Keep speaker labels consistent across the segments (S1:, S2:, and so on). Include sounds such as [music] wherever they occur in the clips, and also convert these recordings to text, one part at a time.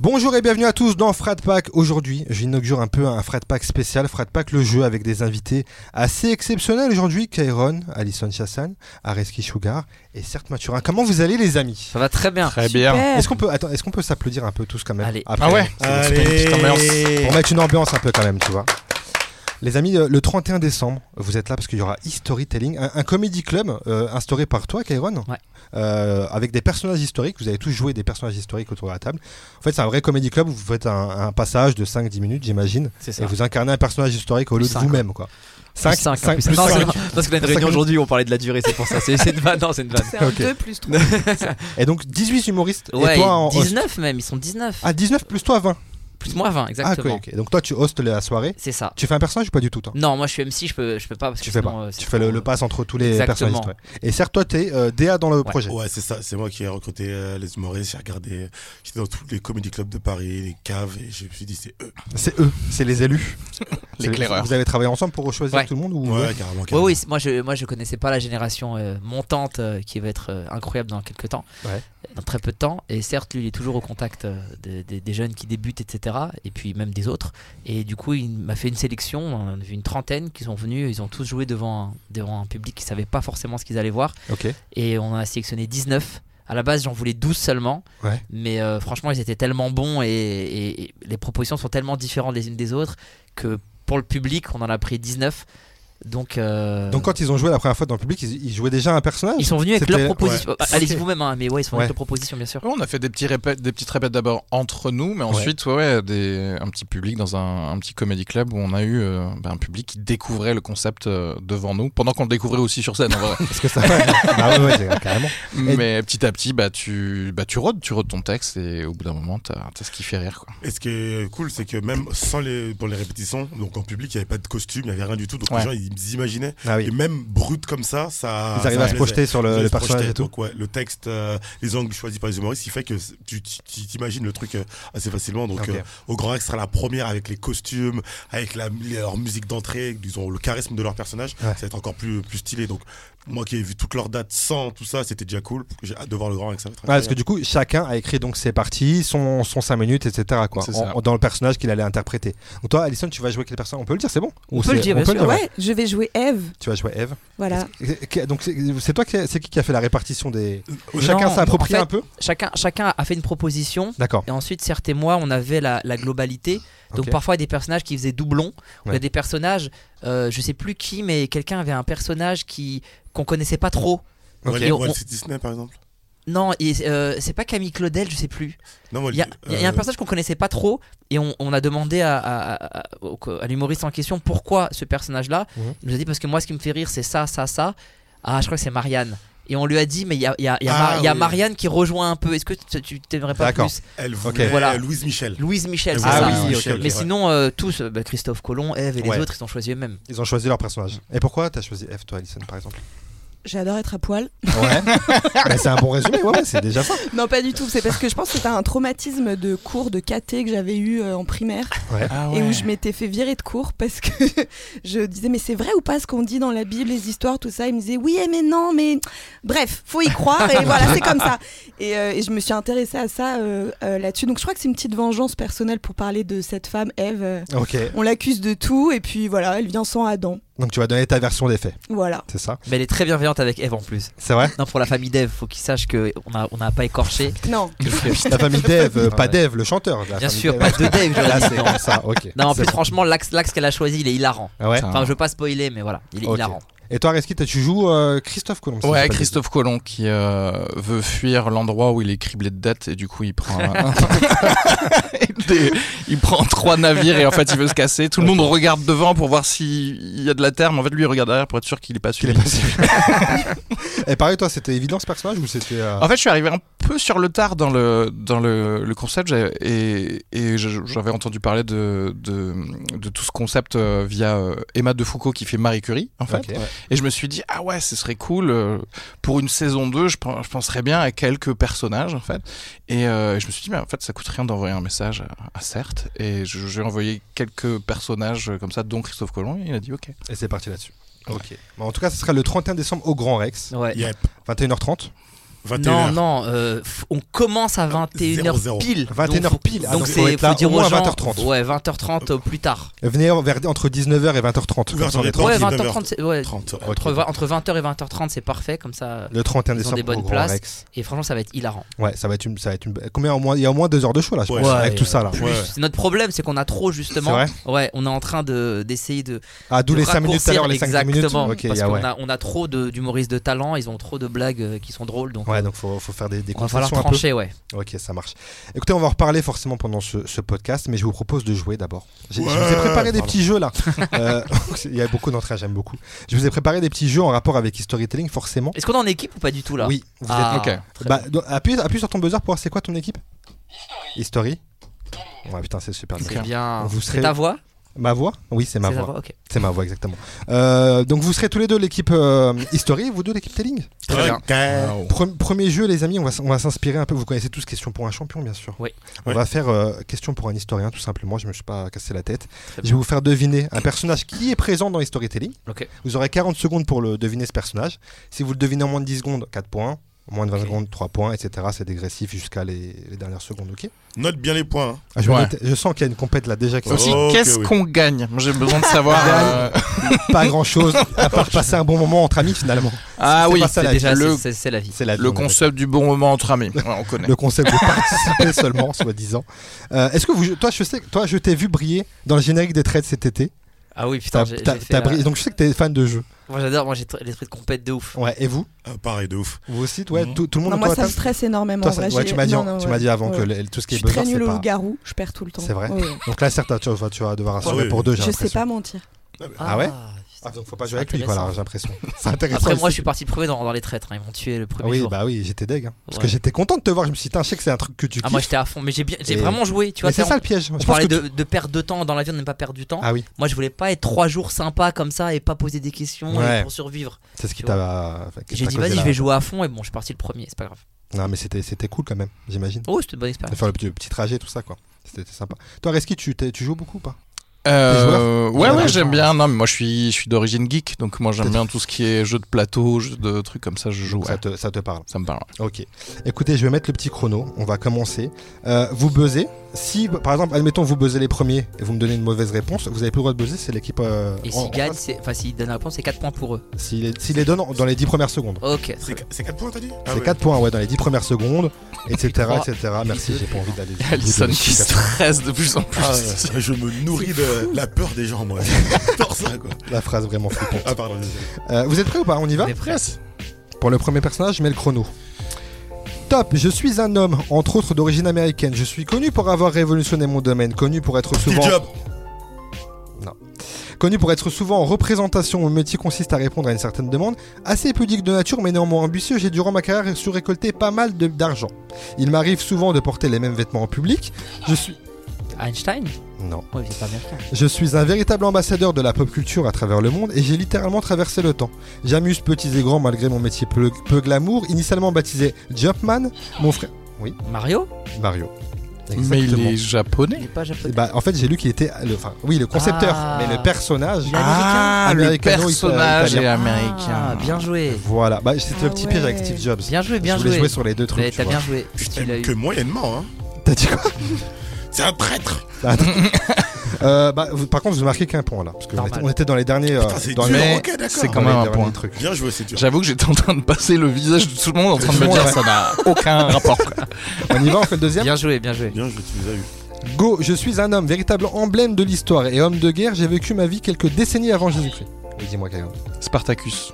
S1: Bonjour et bienvenue à tous dans Frat Pack. Aujourd'hui, j'inaugure un peu un Frat Pack spécial, Frat Pack le jeu avec des invités assez exceptionnels aujourd'hui, Kairon, Alison Chassan, Areski Sugar et certes Mathurin. Comment vous allez les amis
S2: Ça va très bien.
S3: Très bien.
S1: Est-ce qu'on peut attends, est-ce qu'on peut s'applaudir un peu tous quand même
S2: Allez.
S1: après
S3: Ah ouais
S1: C'est- c'est
S3: Allez.
S1: une petite ambiance. Pour mettre une ambiance un peu quand même, tu vois. Les amis, euh, le 31 décembre, vous êtes là parce qu'il y aura e-storytelling, un, un comedy club euh, instauré par toi, Kairon,
S2: Ouais.
S1: Euh, avec des personnages historiques. Vous avez tous joué des personnages historiques autour de la table. En fait, c'est un vrai comedy club où vous faites un, un passage de 5-10 minutes, j'imagine,
S2: C'est ça.
S1: et vous incarnez un personnage historique au lieu
S2: Plus
S1: de
S2: cinq.
S1: vous-même. quoi. Cinq-
S2: Cinq,
S1: cinq-
S2: hein, plus
S1: plus
S2: cinq.
S1: cinq.
S2: Non, [laughs] Parce qu'on a une
S1: Cinq
S2: réunion
S1: minutes.
S2: aujourd'hui où on parlait de la durée, c'est pour ça. C'est c'est une vanne, non, c'est une vanne.
S4: C'est
S1: [laughs]
S4: un
S1: Ok.
S4: 2 plus 3.
S1: Et donc 18 humoristes,
S2: Ouais,
S1: et toi en host.
S2: 19 même, ils sont 19.
S1: Ah, 19 plus toi 20.
S2: Plus moi 20, exactement.
S1: Ah, ok, ok. Donc toi, tu hostes la soirée.
S2: C'est ça.
S1: Tu fais un personnage ou pas du tout toi
S2: Non, moi je suis MC, je peux, je peux pas. Parce
S1: Tu
S2: que
S1: fais
S2: sinon,
S1: pas.
S2: euh, c'est
S1: Tu fais le,
S2: trop-
S1: le pass entre tous les
S2: Exactement.
S1: personnages. ouais. Et certes, toi, t'es euh, DA dans le projet.
S5: Ouais, c'est ça. C'est moi qui ai recruté euh, les humoristes. J'ai regardé. J'étais dans tous les comédie clubs de Paris, les caves, et je me suis dit, c'est eux.
S1: C'est eux, c'est les élus. C'est-
S3: L'éclaireur.
S1: Vous avez travaillé ensemble pour choisir
S2: Ouais.
S1: tout le monde ou
S5: Ouais, carrément.
S2: Oui,
S5: carrément.
S2: oui, c'est- moi je, moi je connaissais pas la génération euh, montante euh, qui va être euh, incroyable dans quelques temps, Euh,
S1: Ouais.
S2: dans très peu de temps. Et certes, lui il est toujours au contact euh, de- des- des jeunes qui débutent, etc. Et puis même des autres. Et du coup, il m'a fait une sélection. On a vu une trentaine qui sont venus. Ils ont tous joué devant un, devant un public qui savait pas forcément ce qu'ils allaient voir.
S1: Ok.
S2: Et on en a sélectionné 19. À la base, j'en voulais 12 seulement.
S1: Ouais.
S2: Mais euh, franchement, ils étaient tellement bons et, et- et les propositions sont tellement différentes les unes des autres que pour le public, on en a pris 19. Donc, euh,
S1: Donc quand ils ont joué la première fois dans le public, ils, ils jouaient déjà un personnage.
S2: ils sont venus avec
S1: C'était-
S2: leurs propositions.
S1: ouais.
S2: Ah, Allez-y vous-même, hein, mais ouais, ils sont venus
S1: Ouais.
S2: avec leurs propositions, bien sûr.
S3: Ouais, on a fait des, petits répètes, des petites répètes d'abord entre nous, mais ensuite, ouais, ouais, des, un petit public dans un, un petit comédie club où on a eu euh, bah, un public qui découvrait le concept euh, devant nous, pendant qu'on le découvrait aussi sur scène. en vrai.
S1: Parce que ça.
S2: [laughs]
S1: bah ouais, ouais, c'est- carrément. [laughs] Et-
S3: mais petit à petit, bah, tu, bah, tu rôdes, tu rôdes ton texte et au bout d'un moment, t'as as ce qui fait rire. Quoi.
S5: Et ce qui est cool, c'est que même sans les, pour les répétitions, donc en public, il n'y avait pas de costume, il n'y avait rien du tout. Donc
S3: Ouais.
S5: les gens, ils imaginaient.
S1: Ah oui.
S5: Et même brut comme ça, ça.
S1: Ils arrivent
S5: ça
S1: à se
S5: plaisait.
S1: projeter sur
S5: Ils
S1: le,
S5: arrivent
S1: le
S5: à se
S1: personnage
S5: projeter.
S1: Euh, et tout.
S5: Donc, ouais, le texte, euh, les angles choisis par les humoristes, il fait que c'est- tu tu- tu t'imagines le truc euh, assez facilement. Donc,
S1: Ok.
S5: euh, au Grand Rex sera la première avec les costumes, avec la, leur musique d'entrée, ils ont le charisme de leur personnage.
S1: Ouais.
S5: Ça va être encore plus, plus stylé. Donc, moi qui ai vu toutes leurs dates sans tout ça, c'était déjà cool. J'ai hâte de voir le Grand Rex. Ça va être
S1: Ouais, parce que
S5: incroyable.
S1: du coup, chacun a écrit donc ses parties, son, son 5 minutes, etc. Quoi,
S3: C'est
S1: en-
S3: ça.
S1: en- dans le personnage qu'il allait interpréter. Donc toi, Alison, tu vas jouer quel personnage On peut le dire, c'est bon Ou
S2: peut le
S1: c'est-
S2: dire, bien sûr,
S1: [laughs] ouais.
S4: Ouais, je vais jouer Eve.
S1: Tu vas jouer Eve.
S4: Voilà.
S1: Est-ce que- Donc c'est c'est toi qui c'est qui qui a fait la répartition des
S2: Euh, Non,
S1: Chacun s'est approprié
S2: en fait-
S1: un peu
S2: Chacun, chacun a fait une proposition.
S1: D'accord.
S2: Et ensuite, certes et moi, on avait la, la globalité. Donc
S1: Ok.
S2: parfois, il y a des personnages qui faisaient doublon. Il y
S1: Ouais.
S2: a des personnages, euh, je sais plus qui, mais quelqu'un avait un personnage qui qu'on connaissait pas trop.
S5: Walt-
S2: Et on-
S5: Walt Disney, par exemple.
S2: Non, il- euh, c'est pas Camille Claudel, je sais plus.
S5: Non, Walt-
S2: Il y a, il y a- il y a un
S5: euh,
S2: personnage qu'on connaissait pas trop et on, on a demandé à, à- à- à- au- à l'humoriste en question pourquoi ce personnage-là.
S1: Mhm.
S2: Il nous a dit parce que moi, ce qui me fait rire, c'est ça, ça, ça. Ah, je crois que c'est Marianne. Et on lui a dit, mais il y a, il y a- il y a
S5: Ah,
S2: Mar- il y a
S5: oui.
S2: Marianne qui rejoint un peu. Est-ce que tu- tu t'aimerais pas
S1: D'accord.
S2: plus
S5: Elle
S1: Ok.
S5: voulait
S2: Voilà.
S5: Louise Michel.
S2: Louise Michel,
S5: Elle
S2: c'est
S5: voulait
S2: ça. Ah hein.
S5: Louise
S1: oui,
S5: Michel,
S1: ok,
S2: Mais
S5: ouais.
S2: sinon, euh, tous, euh, bah, Christophe Colomb, Eve et les
S1: Ouais.
S2: autres, ils ont choisi eux-mêmes.
S1: Ils ont choisi leur personnage. Et pourquoi t'as choisi F toi, Alison, par exemple
S4: J'adore être à poil.
S1: Ouais. [laughs] Bah, c'est un bon résumé, ouais, ouais, c'est déjà ça.
S4: Non, pas du tout. C'est parce que je pense que c'était un traumatisme de cours de KT que j'avais eu euh, en primaire
S1: Ah
S3: Ah
S4: et où je m'étais fait virer de cours parce que [laughs] je disais mais c'est vrai ou pas ce qu'on dit dans la Bible, les histoires, tout ça. Ils me disaient oui eh, mais non mais bref faut y croire et voilà c'est comme ça. Et, euh, et je me suis intéressée à ça euh, euh, là-dessus. Donc je crois que c'est une petite vengeance personnelle pour parler de cette femme Eve. euh,
S1: Ok.
S4: On l'accuse de tout et puis voilà elle vient sans Adam.
S1: Donc tu vas donner ta version des faits,
S4: Voilà.
S1: c'est ça
S2: Mais elle est très bienveillante avec Eve en plus.
S1: C'est vrai
S2: Non, pour la famille d'Eve, faut qu'ils sachent qu'on n'a on a pas écorché.
S4: Non.
S1: [laughs] La famille Dave, euh,
S2: Ah
S1: pas
S2: ouais.
S1: Dave, le chanteur. la
S2: Bien
S1: famille
S2: sûr,
S1: Dave.
S2: pas de Dave, j'aurais
S1: Là,
S2: dit,
S1: c'est
S2: non.
S1: comme ça, ok.
S2: Non, en
S1: C'est
S2: plus,
S1: bon.
S2: franchement, l'axe l'axe qu'elle a choisi, il est hilarant.
S1: Ah ouais.
S3: Putain.
S2: Enfin, je veux pas spoiler, mais voilà, il est
S1: Ok.
S2: hilarant.
S1: Et toi, Reski, tu joues euh, Christophe Colomb si je dis
S3: Ouais,
S1: pas de
S3: Christophe Colomb qui euh, veut fuir l'endroit où il est criblé de dettes et du coup il
S1: [laughs]
S3: prend, un- des- il prend trois navires et en fait il veut se casser. Tout le monde regarde devant pour voir s'il y a de la terre, mais en fait lui il regarde derrière pour être sûr qu'il est pas
S1: Qu'il
S3: suivi.
S1: est pas hein. bêtises. Et Eh, pareil, toi, c'était évident ce personnage ou c'était. euh,
S3: En fait, je suis arrivé un peu sur le tard dans le, dans le, le concept j'avais- et, et je- j'avais entendu parler de, de, de tout ce concept euh, via euh, Emma de Foucault qui fait Marie Curie, en fait.
S1: ok.
S3: Et je me suis dit, ah ouais, ce serait cool. euh, Pour une saison 2, je, pen- je penserais bien à quelques personnages, en fait. Et euh, je me suis dit, mais en fait, ça coûte rien d'envoyer un message à, à Certes. Et je- j'ai envoyé quelques personnages euh, comme ça, dont Christophe Colomb. Et il a dit, ok.
S1: Et c'est parti là-dessus. Ok. Bon, en tout cas, ce sera le 31 décembre au Grand Rex,
S2: Ouais.
S5: Yep.
S1: 21h30.
S2: Non,
S5: 21h.
S2: non, euh, f- on commence à 21h
S5: 00.
S2: pile.
S1: 21h
S2: Donc, faut-
S1: pile. Ah,
S2: Donc
S1: donc, faut
S2: c'est
S1: être là
S2: faut dire
S1: au moins
S2: aux gens,
S1: 20h30.
S2: Ouais, 20h30 au plus tard.
S1: Venez vers- entre 19h et 20h30. comme ça, on est
S5: Ouverture
S1: tranquille.
S2: ouais,
S5: 19h30,
S2: 20h30, c'est- ouais,
S5: 30.
S1: Ok.
S2: entre, vingt- entre 20h et 20h30, c'est parfait comme ça.
S1: Le 31
S2: Ils ont
S1: décembre,
S2: des bonnes
S1: au Grand
S2: places.
S1: Rex.
S2: Et franchement, ça va être hilarant.
S1: Ouais, ça va être une, ça va être une- Combien au moins Il y a au moins deux heures de show là, je
S5: Ouais,
S1: pense,
S5: ouais,
S1: avec tout ça là.
S2: Plus,
S5: Ouais, ouais.
S2: c'est Notre problème, c'est qu'on a trop justement.
S1: C'est
S2: ouais, on est en train de d'essayer de.
S1: Ah, d'où
S2: de
S1: les 5 minutes tout à l'heure, les 5 minutes.
S2: Exactement.
S1: Ok,
S2: parce
S1: yeah,
S2: qu'on
S1: ouais.
S2: a, on a trop de- d'humoristes de talent. Ils ont trop de blagues euh, qui sont drôles. Donc,
S1: Ouais, donc faut, faut faire des, des
S2: on va falloir
S1: concessions un peu.
S2: trancher. Ouais.
S1: Ok, ça marche. Écoutez, on va en reparler forcément pendant ce, ce podcast, mais je vous propose de jouer d'abord. J'ai- Je vous ai
S5: Ouais,
S1: préparé des
S5: pardon.
S1: petits
S5: [laughs]
S1: jeux là. Euh, [laughs] il y a beaucoup d'entrées, j'aime beaucoup. Je vous ai préparé des petits jeux en rapport avec storytelling, forcément.
S2: Est-ce qu'on est en équipe ou pas du tout là
S1: Oui, vous êtes
S2: Ah,
S3: ok.
S2: très
S1: Bah, donc, appuie, appuie sur ton buzzer pour voir c'est quoi ton équipe History. Ouais, putain, c'est super
S2: bien.
S1: bien.
S2: C'est bien.
S1: Vous
S2: C'est
S1: serez-
S2: ta voix
S1: Ma voix Oui, c'est ma
S2: C'est ta
S1: voix.
S2: Ok.
S1: C'est ma voix, exactement. Euh, donc, vous serez tous les deux l'équipe euh, History, vous deux l'équipe Telling.
S2: Très bien.
S5: Ok.
S3: Waouh.
S1: Pre- Premier jeu, les amis, on va, s- on va s'inspirer un peu. Vous connaissez tous Question pour un champion, bien sûr.
S2: Oui.
S1: On
S5: Ouais.
S1: va faire euh, Question pour un historien, tout simplement. Je me suis pas cassé la tête.
S2: Très
S1: Je vais vous faire deviner un personnage qui est présent dans les storytelling.
S2: Ok.
S1: Vous aurez 40 secondes pour le deviner ce personnage. Si vous le devinez en moins de 10 secondes, 4 points. En moins de 20
S2: Ok.
S1: secondes, 3 points, etc. C'est dégressif jusqu'à les, les dernières secondes, ok
S5: Note bien les points. hein.
S1: Ah, je, me
S3: Ouais.
S1: note- je sens qu'il y a une compète là déjà qui
S5: Oh.
S3: Aussi,
S5: Ok,
S3: qu'est-ce
S5: oui.
S3: qu'on gagne Moi, j'ai besoin de savoir.
S1: Ah,
S3: euh,
S1: pas grand chose à part passer un bon moment entre amis finalement.
S3: [laughs] Ah
S1: C'est
S3: oui,
S1: pas ça,
S2: C'est
S1: la
S2: déjà
S3: le,
S2: c'est- c'est c'est la vie.
S1: C'est la vie,
S3: le
S1: on est d'accord.
S3: concept du bon moment entre amis. Ouais, on connaît.
S1: le concept de participer [laughs] seulement, soi-disant. Euh, Est-ce que vous, toi, je sais, toi, je t'ai vu briller dans le générique des trades cet été.
S2: Ah oui, putain,
S1: T'as-
S2: j'ai-
S1: t'as-
S2: j'ai fait euh,
S1: t'as
S2: la-
S1: brillé. Donc je sais que t'es fan de jeu.
S2: Moi j'adore, moi j'ai tr- l'esprit de compète de ouf.
S1: Ouais. Et vous,
S5: Ah, pareil, de ouf.
S1: vous aussi, ouais,
S5: Mhm.
S1: tout, tout le monde.
S4: Non, moi,
S1: autour de
S4: ça
S1: la
S4: me
S1: table
S4: stresse énormément.
S1: Toi,
S4: en
S1: ça-
S4: vrai,
S1: ouais,
S4: j'ai-
S1: tu m'as dit,
S4: non,
S1: en-
S4: non,
S1: tu
S4: ouais.
S1: m'as dit avant
S4: Ouais.
S1: que le- tout ce qui
S4: Je
S1: est
S4: suis très
S1: buzzard, c'est
S4: nul au
S1: pas.
S4: loup-garou, je perds tout le temps.
S1: C'est vrai
S4: Ouais, ouais.
S1: Donc là, certes, tu vas, tu vas devoir assumer
S5: oui,
S1: pour deux. j'ai
S4: Je sais
S1: l'impression.
S4: pas mentir.
S1: Ah ouais
S2: putain.
S1: Ah, donc faut pas jouer avec lui,
S2: Intéressant.
S1: voilà, j'ai l'impression. [laughs] C'est intéressant.
S2: Après, moi je
S1: aussi.
S2: suis parti premier dans, dans les traîtres, hein, ils m'ont tué le premier
S1: Oui,
S2: jour.
S1: bah oui, j'étais deg. hein. Parce que
S2: Ouais.
S1: j'étais content de te voir. Je me suis dit, Tain, je sais que c'est un truc que tu
S2: ah, moi
S1: kiffes.
S2: j'étais à fond, mais j'ai bien, j'ai
S1: Et-
S2: vraiment joué, tu vois.
S1: Mais c'est
S2: t'as-
S1: ça le piège.
S2: on
S1: Je pense
S2: parlait
S1: que tu-
S2: de, de perdre de temps dans la vie, on n'aime pas perdre du temps.
S1: Ah oui,
S2: Moi je voulais pas être trois jours sympa comme ça et pas poser des questions
S1: Ouais.
S2: et pour survivre.
S1: c'est ce qui
S2: Tu vois.
S1: t'a. qui
S2: J'ai
S1: t'a
S2: dit
S1: causé
S2: vas-y,
S1: la-
S2: je vais jouer à fond et bon, je suis parti le premier, c'est pas grave.
S1: Non, mais c'était c'était cool quand même, j'imagine.
S2: Oh, c'était une bonne
S1: de
S2: expérience.
S1: faire le petit, le petit trajet, tout ça, quoi. C'était sympa. Toi, Reski, tu, t'es- tu joues beaucoup ou pas
S3: Euh, ouais,
S1: T'es
S3: ouais,
S1: joueur
S3: j'aime bien. Non, mais moi, je suis, je suis d'origine geek, donc moi, j'aime
S1: Peut-être.
S3: bien tout ce qui est jeux de plateau, jeux de trucs comme ça. Je joue. ouais.
S1: ça, te, ça te parle.
S3: Ça me parle.
S1: Ok. Écoutez, je vais mettre le petit chrono. On va commencer. Euh, vous buzzez. Si, par exemple, admettons, vous buzzez les premiers et vous me donnez une mauvaise réponse, vous avez plus le droit de buzzer. C'est l'équipe. euh,
S2: Et
S1: en-
S2: s'ils
S1: en
S2: gagnent,
S1: face.
S2: c'est- enfin s'ils donnent la réponse, c'est 4 points pour eux.
S1: S'il les- s'il les donne en- dans les 10 premières secondes. [laughs]
S2: Ok.
S5: C'est 4 points, t'as dit Ah
S1: C'est
S5: ouais.
S1: 4 points, ouais, dans les 10 premières secondes, etc.
S2: trois,
S1: etc. Merci,
S2: deux.
S1: j'ai pas envie
S2: [laughs]
S1: d'aller.
S3: Alison qui stresse de plus en plus.
S5: Ah, ouais, [laughs] je me nourris de la peur des gens, [laughs] moi. J'adore ça, hein, quoi.
S1: La phrase vraiment flippante.
S5: Ah, pardon, désolé.
S1: Euh, vous êtes prêts ou pas On y va
S2: On est prêts.
S1: Pour le premier personnage, je mets le chrono. Top, je suis un homme, entre autres d'origine américaine. Je suis connu pour avoir révolutionné mon domaine, connu pour être
S5: Steve
S1: souvent,
S5: Jobs.
S1: connu pour être souvent en représentation. Mon métier consiste à répondre à une certaine demande. Assez pudique de nature, mais néanmoins ambitieux, j'ai durant ma carrière su récolter pas mal de- d'argent. Il m'arrive souvent de porter les mêmes vêtements en public. Je suis.
S2: Einstein
S1: Non.
S2: Ouais, vous êtes pas bien fait.
S1: Je suis un véritable ambassadeur de la pop culture à travers le monde et j'ai littéralement traversé le temps. J'amuse petits et grands malgré mon métier peu, peu glamour, initialement baptisé Jumpman, mon frère
S2: Mario
S1: Mario.
S3: Mais il
S1: Exactement.
S3: est japonais.
S2: Il est pas
S1: Et
S2: japonais.
S1: bah, en fait, j'ai lu qu'il était. le- Enfin, oui, le concepteur,
S2: Ah.
S1: mais le personnage.
S2: Il est américain.
S3: Ah, le
S1: Américano, ita-
S3: personnage est
S1: italien.
S2: Ah,
S3: américain.
S2: bien joué.
S1: Voilà, bah, c'était le
S4: Ah
S1: petit
S4: ouais.
S1: piège avec Steve Jobs.
S2: Bien joué, bien
S1: Je voulais
S2: joué.
S1: jouer sur les deux trucs.
S2: Mais
S1: tu
S2: t'as
S1: vois.
S2: bien joué.
S5: Je
S2: Tu l'as
S5: t'aime
S2: eu.
S5: que moyennement, hein.
S1: T'as dit quoi
S5: C'est un traître.
S1: Euh, bah, vous- Par contre, vous marquez qu'un point là. Parce que on
S2: Normal.
S1: était, on était dans les derniers. euh,
S5: Putain, c'est
S1: dans
S5: dur.
S1: les-
S3: Mais
S5: ok, d'accord.
S3: c'est
S1: dans
S3: quand
S1: les
S3: même un
S1: derniers
S3: point.
S1: trucs.
S5: Bien joué, c'est dur.
S3: J'avoue que j'étais en train de passer le visage de tout le monde en train de me dire
S1: Ouais.
S3: ça n'a aucun rapport.
S1: On y va, on fait le deuxième
S2: Bien joué, bien joué.
S5: Bien joué, tu nous as eu.
S1: Go, je suis un homme, véritable emblème de l'histoire et homme de guerre, j'ai vécu ma vie quelques décennies avant Jésus-Christ. Oui, dis-moi, Kayon.
S3: [laughs] Spartacus.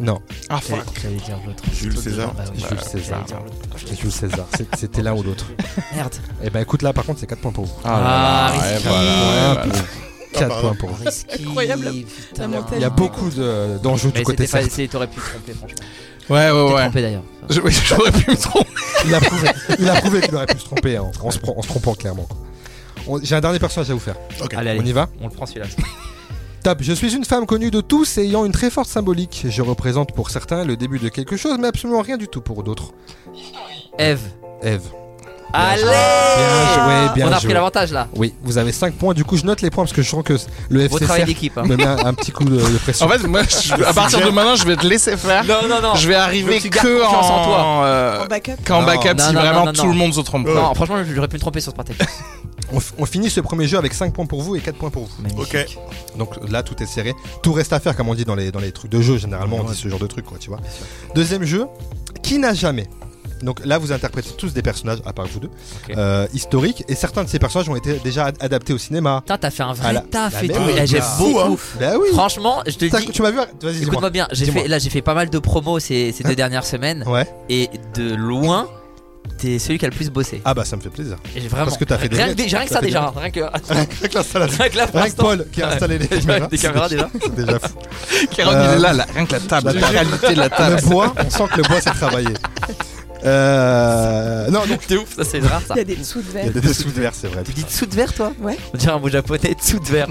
S1: Non,
S3: Ah
S2: J'allais
S3: fuck.
S2: j'allais dire l'autre.
S5: Jules
S2: Plutôt
S5: César.
S2: devant, bah oui.
S1: Jules
S2: J'allais
S1: César.
S2: dire l'autre.
S1: c'est Jules César, C'est- c'était l'un ou l'autre.
S2: Merde.
S1: Eh ben écoute, là par contre, c'est 4 points pour vous.
S2: Ah,
S3: là là,
S2: risqué.
S3: et voilà, et voilà.
S1: 4
S5: pardon.
S1: points pour vous.
S2: Risky,
S4: Incroyable.
S2: putain.
S4: La montagne.
S1: Il y a beaucoup de- d'enjeux
S2: Mais
S1: du côté
S2: c'était
S1: ça.
S2: pas- c'est- T'aurais pu te tromper, franchement.
S3: Ouais, ouais,
S2: T'es
S3: ouais.
S2: trompé d'ailleurs.
S3: Je- oui, [laughs] J'aurais pu me tromper.
S1: Il a prouvé, il a prouvé qu'il aurait pu se tromper hein, en, se, pro- en se trompant clairement. quoi. On- J'ai un dernier personnage à vous faire.
S5: Ok.
S2: Allez,
S1: On
S2: allez.
S1: y va
S2: On le prend celui-là.
S1: Top, je suis une femme connue de tous et ayant une très forte symbolique. Je représente pour certains le début de quelque chose, mais absolument rien du tout pour d'autres.
S2: Eve.
S1: Eve.
S2: Allez
S1: Bien joué, bien
S2: On a
S1: joué.
S2: pris l'avantage là.
S1: Oui, vous avez 5 points. Du coup, je note les points parce que je sens que le
S2: Beau
S1: FC
S2: travail
S1: Serre
S2: d'équipe. hein.
S1: [laughs] me met un un petit coup de, de pression.
S3: En fait, moi, je- à partir de maintenant, je vais te laisser faire.
S2: Non, non, non.
S3: Je vais arriver
S2: Donc, tu gardes
S3: que en,
S2: confiance en toi.
S3: euh,
S4: En backup.
S3: qu'en
S1: Non.
S3: backup
S2: Non,
S3: si
S2: non,
S3: vraiment
S2: non, non,
S3: tout le
S2: non.
S3: monde se trompe.
S2: Non, franchement, je- j'aurais pu me tromper sur ce partage.
S1: on, f- on finit ce premier jeu avec 5 points pour vous et 4 points pour vous.
S2: Magnifique.
S5: Ok.
S1: Donc là, tout est serré. Tout reste à faire, comme on dit dans les, dans les trucs de jeu. Généralement, on
S5: Ouais.
S1: dit ce genre de truc, quoi, tu vois. Deuxième jeu, qui n'a jamais donc là, vous interprétez tous des personnages, à part vous deux,
S2: Ok.
S1: euh, historiques, et certains de ces personnages ont été déjà ad- adaptés au cinéma.
S2: Putain, t'as fait un vrai
S1: Ah, la-
S2: taf
S1: la
S2: et tout.
S1: merde.
S2: et là, J'aime
S5: Ah, fou,
S2: beaucoup.
S1: Bah oui
S2: Franchement, je te
S1: T'as-
S2: dis.
S1: Tu m'as vu Vas-y, dis-moi.
S2: Écoute-moi bien, j'ai
S1: Dis-moi.
S2: fait, là j'ai fait pas mal de promos ces, ces deux dernières
S1: [laughs]
S2: semaines
S1: Ouais.
S2: et de loin, t'es celui qui a le plus bossé.
S1: Ah bah ça me fait plaisir.
S2: Et vraiment.
S1: Parce que t'as fait des
S2: rien, que
S1: mecs,
S2: dé- rien que
S1: t'as
S2: ça
S1: fait des
S2: déjà, rien que, [laughs] rien
S1: [laughs] [laughs] Avec la salade.
S2: que là pour
S1: Rien que
S2: l'instant.
S1: Paul qui a installé les
S2: [laughs] Des
S1: caméras. c'est
S2: caméras déjà.
S1: C'est déjà fou.
S3: Kéron,
S1: Euh,
S3: il est là, là, rien que la table,
S1: la
S3: la qualité de la table.
S1: Le bois, on sent que le bois c'est travaillé. Euh, non, donc
S2: C'est ouf, ça c'est
S1: [laughs]
S2: rare ça.
S4: Il y a des dessous de
S1: il y a
S4: verre.
S1: des dessous de verre, c'est vrai.
S2: Tu dis dessous de verre toi
S4: Ouais.
S2: On dirait un mot japonais, dessous de verre.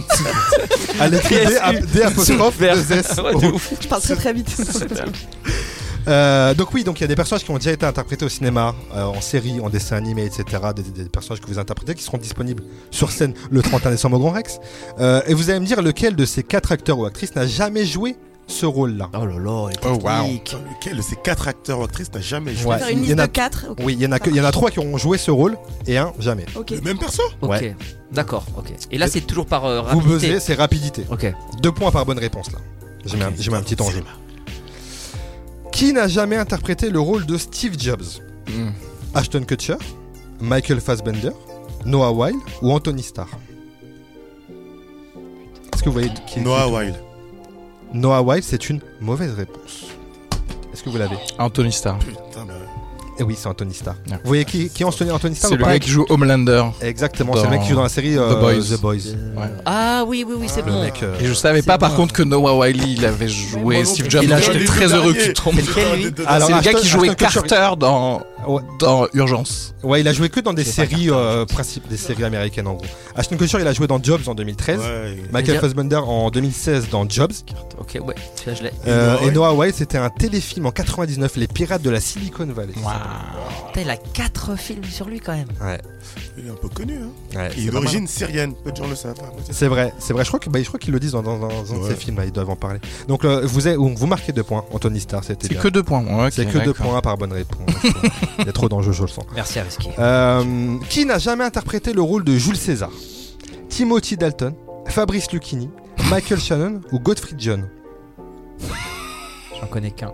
S1: À l'écrit D, A- D apostrophe,
S2: Sous-verre.
S1: deux S.
S2: [laughs] Ouais, de ouf.
S4: Je parle très très vite.
S1: Euh, donc oui, donc il y a des personnages qui ont déjà été interprétés au cinéma, euh, en série, en dessin animé, etc. Des, des- des personnages que vous interprétez qui seront disponibles sur scène le 31 décembre au Grand Rex. Euh, et vous allez me dire lequel de ces quatre acteurs ou actrices n'a jamais joué ce rôle-là.
S2: Oh là là, les
S3: Oh, wow.
S2: techniques.
S5: Putain, Lequel de ces quatre acteurs ou actrices n'a jamais joué
S1: Ouais,
S4: Faire
S1: il
S4: une
S1: y
S4: liste
S1: en a-
S4: de 4.
S1: Oui, il y en a que- il y en a trois qui ont joué ce rôle et un jamais.
S4: Ok.
S5: Le même perso
S2: Ok,
S1: Ouais.
S2: d'accord, ok. Et là c'est toujours par euh,
S1: Vous
S2: rapidité.
S1: buzzez, c'est rapidité.
S2: Ok.
S1: Deux points par bonne réponse là. J'ai mis un- j'ai mis un petit enjeu.
S5: C'est-
S1: Qui n'a jamais interprété le rôle de Steve Jobs
S3: Mm.
S1: Ashton Kutcher, Michael Fassbender, Noah Weil ou Anthony Starr Est-ce que vous voyez qui
S5: Noah Wild.
S1: qui- Noah Weil, c'est une mauvaise réponse. Est-ce que vous l'avez
S3: [laughs] Anthony Starr.
S5: Putain, bah,
S1: Eh oui, c'est Anthony Starr.
S3: Ah.
S1: Vous voyez qui, qui est Anthony, Anthony Starr
S3: C'est
S1: ou
S3: le
S1: pas
S3: gars qui joue Homelander.
S1: Exactement, c'est le mec qui joue dans la série euh,
S3: The Boys. Ouais.
S2: Ah oui, oui, oui, c'est
S1: Le
S2: bon.
S1: mec, euh,
S3: Et je savais pas
S2: C'est
S3: par
S2: moi.
S3: contre que Noah Wiley il avait joué
S4: moi non
S3: Steve
S4: plus.
S3: Jobs.
S1: Il a
S3: J'étais
S5: joué
S3: très
S5: le
S3: heureux que
S5: dernier.
S3: tu te trompes.
S2: Lequel, lui
S1: Alors,
S3: C'est le gars
S1: Ashton-
S3: qui jouait
S1: Ashton Kutcher-
S3: Carter dans,
S1: Ouais.
S3: dans Urgence.
S1: Ouais, il a joué que dans des
S2: C'est pas
S1: séries euh, principes, des séries américaines en gros. Ashton Kutcher, il a joué dans Jobs en 2013,
S5: ouais, et-
S1: Michael
S2: Et-
S1: Fassbender en 2016 dans Jobs,
S2: Ok, ouais, celui-là je l'ai.
S1: euh,
S5: Noah
S1: et
S5: Weil.
S1: Noah Weil, c'était un téléfilm en 99, Les Pirates de la Silicon Valley.
S2: Putain, il a 4 films sur lui quand même.
S5: Il est un peu connu. Hein.
S1: Bah. Ouais, c'est
S5: Il est
S1: pas mal.
S5: d'origine syrienne. Peu de gens le savent. hein.
S1: C'est vrai, c'est vrai. Je crois que- bah, je crois qu'ils le disent dans, dans- dans un de
S5: Ouais.
S1: ces films là, ils doivent en parler. Donc euh, vous, avez- vous marquez deux points, Anthony Starr, c'était
S3: C'est
S1: bien.
S3: que deux points. Ouais, ok,
S1: C'est que deux
S3: d'accord.
S1: points par bonne réponse. Il y a trop d'enjeux, je le sens.
S2: Merci à Risky.
S1: Euh, qui n'a jamais interprété le rôle de Jules César Timothy Dalton, Fabrice Lucchini, Michael Shannon ou Gottfried John
S2: J'en connais qu'un.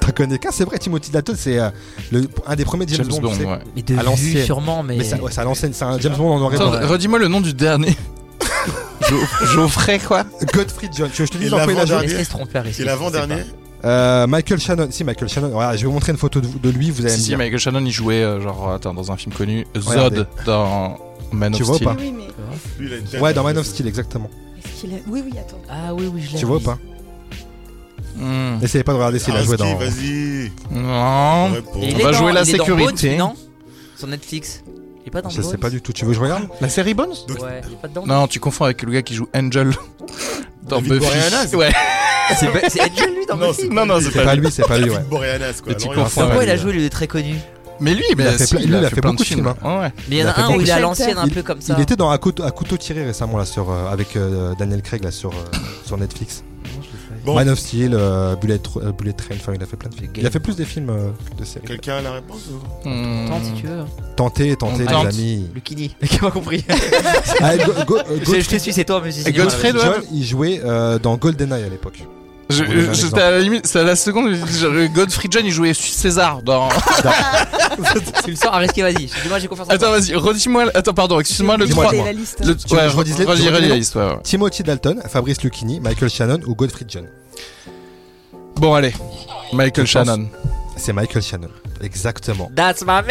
S1: T'en connais qu'un, c'est vrai, Timothy Dalton, c'est euh, le- un des premiers James,
S3: James
S1: Bond.
S3: Bond,
S1: tu sais.
S3: ouais.
S2: Mais de
S1: À l'ancienne.
S2: vue sûrement, mais.
S1: Mais ça, ouais, ça l'enseigne, c'est un James Bond en noir et
S3: Attends,
S1: blanc.
S2: Ouais.
S3: redis-moi le nom
S1: [laughs]
S3: du dernier. Jo- Geoffrey, quoi
S1: Gottfried John, tu veux que je te
S5: Et
S1: dis dans quoi il a joué
S5: l'avant-dernier.
S2: Est-ce qu'il se trompe pas, Risky
S5: Et
S2: je sais
S5: l'avant-dernier
S1: Euh, Michael Shannon, si Michael Shannon, voilà, je vais vous montrer une photo de, de lui, vous allez
S3: Si,
S1: me
S3: si,
S1: dire.
S3: Michael Shannon, il jouait euh, genre, attends, dans un film connu,
S1: Regardez.
S3: Zod, dans Man
S1: Tu
S3: of
S1: vois
S3: Steel.
S1: pas
S4: Oui, oui, mais.
S5: Lui, il a une tête
S1: Ouais, dans Man of
S5: de-
S1: Steel, exactement.
S4: Est-ce qu'il est- Oui, oui, attends.
S2: pas. Ah oui, oui, je l'ai.
S1: Tu vois ou
S2: oui.
S1: pas
S3: Hmm.
S1: Essayez pas de regarder s'il a joué
S5: Aski,
S1: dans.
S5: Ah, Vas-y.
S3: Non.
S5: Réponds.
S2: Et il
S3: On
S2: est
S3: va
S2: dans-
S3: jouer la
S2: il est dans
S3: sécurité.
S2: Bones, non Sur Netflix. Il est pas dans
S1: Je sais
S2: Bones
S1: pas du tout. Tu veux que je regarde
S3: La série Bones
S5: tout.
S2: Ouais, il est pas [laughs] dedans.
S3: Non, tu confonds avec le gars qui joue Angel dans
S5: David
S3: Buffy. [laughs]
S5: Boreanaz
S3: Ouais.
S2: C'est c'est Angel lui dans
S5: Non,
S2: Bones.
S5: c'est
S3: Non, non, c'est
S1: C'est
S3: pas
S1: pas
S3: lui.
S1: lui, c'est pas lui, ouais.
S5: David Boreanaz, quoi.
S3: Le petit
S5: Laurent, il a-
S3: confort.
S2: Dans quoi il a
S3: Ouais,
S2: joué le très connu
S3: Mais lui,
S1: a
S3: bah,
S1: fait
S3: si,
S1: plein- lui, il a fait
S3: plein
S1: beaucoup de films,
S3: Ouais, ouais.
S2: Mais il y en
S1: Il a
S2: a
S1: fait
S2: un où il est à
S4: Shelter.
S2: l'ancienne, un
S1: Il-
S2: peu comme ça.
S1: Il était dans à couteau, à couteau tiré récemment là sur euh, avec euh, Daniel Craig là sur euh, sur Netflix.
S5: Bon.
S1: Man of Steel, euh, Bullet, Tr- euh, Bullet Train, enfin il a fait plein de films.
S2: The Game.
S1: Il a fait plus des films euh, de séries.
S5: Quelqu'un a la réponse ou-
S3: Hmm.
S2: Attends, si tu veux.
S1: Tentez, tentez
S3: On
S1: les
S3: tente.
S1: amis.
S2: Lucini. Qui
S1: [laughs]
S2: m'a compris
S1: Ah, Go- Go- euh,
S2: Je je te
S1: Godfrey
S2: suis, c'est toi, mais je suis.
S3: Et Godfrey, ouais.
S1: John, il jouait euh, dans GoldenEye à l'époque.
S3: Je-
S1: Pour donner un
S3: je-
S1: exemple.
S3: J'étais à la limite, c'est à la seconde, je dis, genre, Godfrey John, il jouait
S2: [laughs]
S3: César dans. [laughs]
S2: Tu me sors à risquer, vas-y. Je dis, Moi, j'ai confiance en
S3: Attends,
S2: toi.
S3: vas-y, redis-moi. Attends, pardon, excuse-moi, le
S4: J'ai
S1: Dis-moi,
S3: 3.
S1: dis-moi.
S4: oublié la liste.
S3: Le...
S1: Tu-
S3: Ouais,
S1: je redis-
S3: redis,
S1: tu redis
S3: redis,
S1: les noms
S3: la liste, ouais, ouais.
S1: Timothy Dalton, Fabrice Lucchini, Michael Shannon ou Godfrey John.
S3: Bon, allez, Michael
S1: Je pense-
S3: [laughs] Shannon.
S1: C'est Michael Shannon, exactement.
S2: That's my man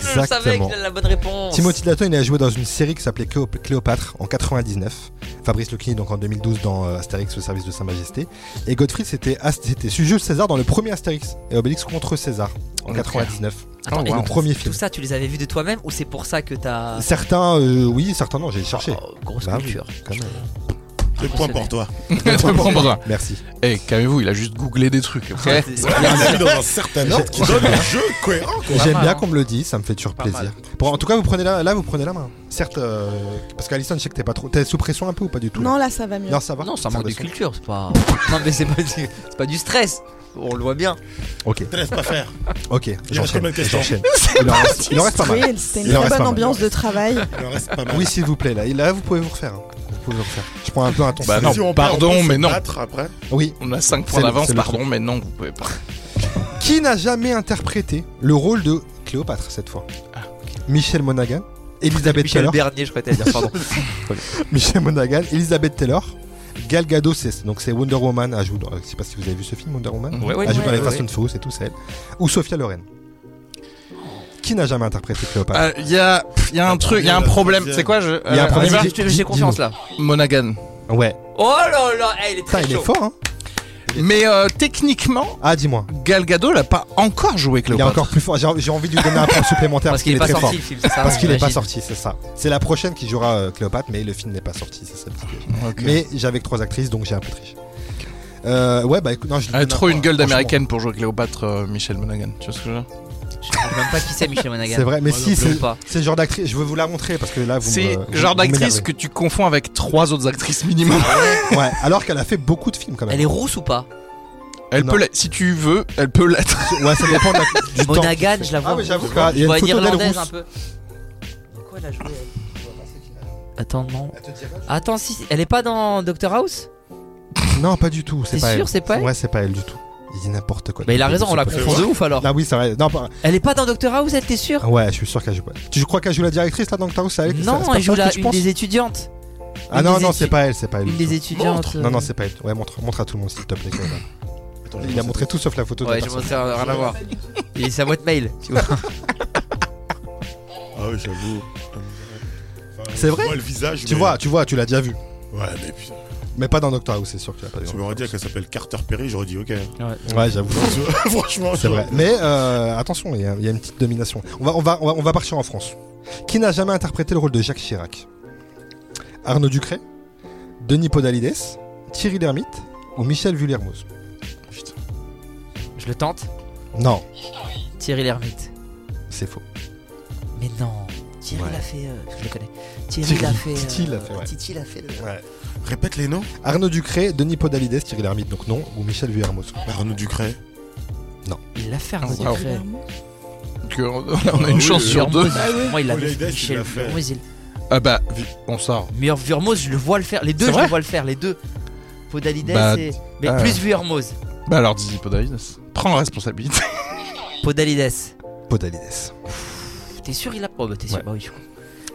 S2: Je savais
S1: Exactement.
S2: que j'avais la bonne réponse.
S1: Timothy Dalton, il a joué dans une série qui s'appelait Cléo- Cléopâtre en 99. Fabrice Lucchini, donc en 2012, dans euh, Astérix au service de Sa Majesté. Et Gottfried, c'était Ast- c'était Jules César dans le premier Astérix et Obélix contre César en
S3: Ok.
S1: 99.
S2: Attends,
S3: Oh,
S2: et
S3: wow.
S1: Le premier
S2: Tout
S1: film.
S2: ça, tu les avais vus de toi-même ou c'est pour ça que t'as.
S1: Certains, euh, oui, certains non, j'ai cherché.
S2: Oh, grosse
S1: Bah oui,
S2: [laughs] culture.
S1: quand même.
S5: Deux points pour toi.
S1: Merci.
S3: Eh, calmez-vous, il a juste googlé des trucs.
S2: Ouais,
S3: ok
S2: c'est-
S5: Il est dans un
S2: Bah
S5: certain ordre qui donne un jeu cohérent. quoi.
S1: J'aime
S2: mal,
S1: bien
S2: hein.
S1: qu'on me le dise, ça me fait toujours
S2: Pas
S1: plaisir.
S2: mal.
S1: Bon, en tout cas, vous prenez la, là, vous prenez la main. Certes, euh, parce qu'Alison, je sais que t'es pas trop. T'es sous pression un peu ou pas du tout là
S4: Non, là, ça va mieux.
S1: Non, ça va.
S2: Non, ça manque de
S1: descend.
S2: culture, c'est pas. [laughs] non, mais c'est pas, du... c'est pas du stress. On le voit bien.
S1: Ok,
S5: Te laisse pas faire.
S1: ok.
S5: Il en reste
S1: J'enchaîne.
S5: combien de questions
S1: j'enchaîne. Il en reste, il en reste pas mal.
S4: Oui, c'était
S1: Il
S4: une
S1: en
S4: très
S1: reste pas
S4: bonne
S1: mal.
S4: ambiance de travail.
S5: Il en reste pas mal.
S1: Oui, s'il vous plaît, là, là, vous pouvez vous refaire. hein. Vous pouvez vous refaire. Je prends un peu un ton.
S3: Bah non,
S5: Si on perd, on
S3: pardon,
S5: peut se
S3: mais non.
S5: battre après.
S1: Oui.
S3: On a 5
S1: C'est
S3: points
S1: le-
S3: d'avance,
S1: c'est le
S3: pardon, mais non, vous pouvez pas.
S1: Qui n'a jamais interprété le rôle de Cléopâtre cette fois Michel Monaghan, Elisabeth
S2: Michel
S1: Taylor.
S2: Bernier, je crois que t'allais
S1: [laughs]
S2: dire, pardon.
S1: Michel Monaghan, Elisabeth Taylor. Gal Gadot, c'est donc c'est Wonder Woman. Elle joue dans- je sais pas si vous avez vu ce film Wonder Woman. Ah,
S3: Ouais,
S1: elle joue
S4: ouais,
S1: dans les
S4: ouais.
S1: Fast and Furious et tout, c'est elle. Ou Sophia Loren. Qui n'a jamais interprété Cléopâtre
S3: Ah, Il y, a, pff, il y a un truc, il y a un
S5: première, la
S3: problème.
S5: deuxième.
S3: C'est quoi je,
S1: Il y a un
S3: euh,
S1: problème.
S3: on y va
S1: Vas-y,
S2: J'ai- J'ai j'ai confiance là.
S3: Monaghan.
S1: Ouais.
S2: Oh là là, eh, il est
S1: Putain,
S2: très
S1: il est
S2: chaud.
S1: fort. Hein
S3: Mais euh, techniquement,
S1: ah, dis-moi.
S3: Gal Gadot l'a pas encore joué
S1: Il est
S3: Cléopâtre.
S1: encore plus fort. J'ai j'ai envie de lui donner un point supplémentaire
S2: Parce qu'il est pas
S1: très fort.
S2: sorti Ah, le film, c'est ça
S1: Parce qu'il est pas
S2: j'imagine.
S1: sorti, c'est ça. C'est la prochaine qui jouera euh, Cléopâtre, mais le film n'est pas sorti, c'est ça. le petit piège.
S3: Ok.
S1: Mais j'avais que trois actrices, donc j'ai un peu triché. Euh, ouais, bah écoute, non, je lui
S3: Elle a
S1: donne
S3: Ah, trop
S1: un
S3: une
S1: point,
S3: gueule
S1: franchement.
S3: d'américaine pour jouer Cléopâtre, euh, Michel Monaghan. Tu vois ce que je veux dire
S2: Je sais même pas qui
S1: [laughs]
S2: c'est Michel Monaghan.
S1: C'est vrai, mais
S5: Moi
S1: si,
S5: non
S1: c'est
S2: Ou pas.
S1: c'est le genre d'actrice. Je veux vous la montrer parce que là, Ah, vous me-
S3: C'est
S1: vous-
S3: genre
S1: vous m'énervez.
S3: d'actrice que tu confonds avec trois autres
S1: [laughs]
S3: actrices minimum.
S1: Ouais, alors qu'elle a fait beaucoup de films quand même.
S2: Elle est rousse ou pas
S3: Elle
S1: Non.
S3: peut l'être. Si tu veux, elle peut l'être. [laughs]
S1: Ouais, ça dépend de
S2: [laughs]
S1: la- du temps.
S2: Monaghan, je la vois.
S1: Ah, mais
S2: rousse.
S1: j'avoue, quoi, il y
S2: Je
S1: a
S2: vois
S1: une
S2: une
S1: photo d'elle
S2: irlandaise un
S1: rousse.
S2: peu. De quoi elle a joué elle Attends, non. Attends, si, elle est pas dans Doctor House
S1: Non, pas du tout. C'est
S2: T'es
S1: pas
S2: sûr,
S1: elle.
S2: c'est pas elle
S1: Ouais, c'est pas elle du tout. Il dit n'importe quoi.
S2: Bah il a raison, on la
S1: C'est pas-
S2: confond de ouf alors.
S1: Ah oui, c'est vrai. Non, pas-
S2: Elle est pas dans Doctor House, elle t'es sûr
S1: Ah Ouais, je suis sûr qu'elle joue pas. Tu crois qu'elle joue la directrice là dans Doctor House Ah c'est elle- c'est- c'est
S2: Non,
S1: pas
S2: elle joue
S1: ça que
S2: la,
S1: tu
S2: une
S1: penses
S2: des étudiantes.
S1: Ah
S2: une
S1: non,
S2: des
S1: non,
S2: étu-
S1: c'est pas elle, c'est pas elle.
S2: Une
S1: du tout.
S2: des étudiantes.
S1: Non, non, c'est pas elle. Ouais, montre, montre à tout le monde s'il te plaît. Cléopâtre.
S5: Attends,
S1: Il a montré tout sauf la photo de la
S2: Ouais, je m'en
S1: personne.
S2: sers rien à voir. Et sa boîte mail, tu vois.
S5: Ah oui, j'avoue. Enfin,
S1: C'est vrai
S5: Je vois le visage.
S1: Tu
S5: mais-
S1: vois, tu vois, tu l'as déjà vu.
S5: Ouais, mais puis.
S1: Mais pas dans Doctor House, c'est sûr que tu l'as pas vu.
S5: Tu m'aurais dit qu'elle s'appelle Carter Perry, j'aurais
S1: [laughs]
S5: dit ok. [laughs]
S1: Ouais, j'avoue.
S5: Tu vois, Franchement,
S1: C'est vrai. Mais euh, attention, il y, a- il y a une petite domination. On va, on va, on va, on va partir en France. Qui n'a jamais interprété le rôle de Jacques Chirac Arnaud Ducret, Denis Podalides, Thierry Lhermitte ou Michel Vullermoz
S2: Je le tente.
S1: Non,
S2: Thierry Lhermitte.
S1: c'est faux.
S2: Mais non. Thierry
S1: Ouais.
S2: l'a fait. euh, je le connais. Thierry l'a fait.
S1: Titi
S2: euh,
S1: l'a fait, ouais.
S2: Titi l'a fait. le-
S5: Répète les noms.
S1: Arnaud Ducret, Denis Podalides, Thierry Lhermitte, donc non, ou Michel Vullermoz
S5: Arnaud Bah, Ducret.
S2: Il l'a fait, Arnaud
S3: Ah,
S2: Ducret.
S3: Que- euh, on a
S5: Ah
S3: une
S5: oui,
S3: chance
S5: oui,
S3: sur
S2: Vurmoz,
S3: deux.
S2: pour Moi, il l'a
S5: Paul Haydès,
S2: fait.
S5: il
S2: Michel
S5: l'a fait.
S2: Vurmoz, il-
S3: Ah bah, on sort.
S2: Mais Vurmoz, je le vois le faire. Les deux,
S3: C'est
S2: je
S3: vrai
S2: le vois le faire. Les deux. Podalides
S3: Bah,
S2: et. Mais
S3: euh.
S2: plus Vurmoz.
S3: Bah alors, Dizzy Podalides, prends la responsabilité.
S2: Podalides.
S1: Podalides.
S2: T'es sûr, il a. Oh, bah t'es sûr.
S1: Ouais.
S2: Bah oui, je crois.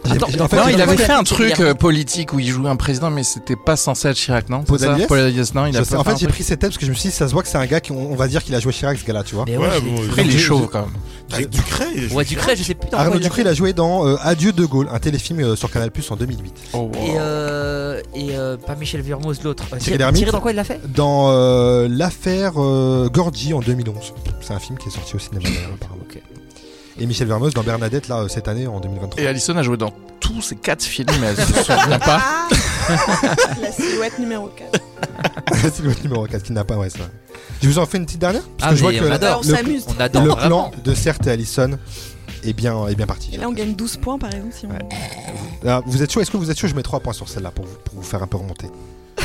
S1: J'ai-
S2: Attends,
S1: j'ai- en fait,
S3: non,
S1: j'ai-
S3: il avait fait un
S2: Thierry
S3: truc
S2: Lhermitte.
S3: euh, politique où il jouait un président, mais c'était pas censé être Chirac, non c'est ça
S1: Podalides
S3: Podalides, non, il a
S1: je sais-
S3: pas
S1: en fait,
S3: fait
S1: j'ai
S3: un truc.
S1: pris ces thèmes parce que je me suis dit, ça se voit que c'est un gars qui, on, on va dire qu'il a joué Chirac, ce gars-là, tu vois.
S2: Mais
S5: Ouais,
S2: ouais,
S5: bon,
S2: je l'ai-
S3: Après, il est
S5: J'ai-
S3: chauve quand même.
S5: Avec Ducret. je-
S2: Ouais, Ducret, je sais plus. dans quoi
S1: Arnaud
S2: il a
S1: Ducret, il a joué dans euh, Adieu de Gaulle, un téléfilm euh, sur Canal Plus en 2008.
S3: Oh,
S2: Et, euh, et euh, pas Michel Vurmoz, l'autre. Euh,
S1: Thierry
S2: Thierry,
S1: Lhermitte.
S2: Thierry, dans quoi il l'a fait
S1: dans euh, l'affaire euh, Gorgi en 2011. C'est un film qui est sorti au cinéma d'ailleurs, apparemment. Et Michel Vermeuse dans Bernadette là euh, cette année en 2023.
S3: Et Alison a joué dans tous ces quatre films,
S2: [laughs]
S3: mais elle se souvient pas.
S4: Ah La silhouette numéro 4.
S1: [laughs] c'est le numéro 4 qui n'a pas ouais c'est vrai. Je vous en fais une petite dernière parce
S2: Ah,
S1: que je vois
S2: mais
S1: que
S2: on
S1: la-
S2: adore.
S4: on
S1: le,
S4: s'amuse.
S2: On adore.
S1: le
S2: vraiment.
S1: plan de Certes et Allison est bien est bien parti.
S4: Et là, on gagne 12 points par exemple. Si on...
S1: Ah, vous êtes chaud Est-ce que vous êtes chaud Je mets 3 points sur celle-là pour vous, pour vous faire un peu remonter.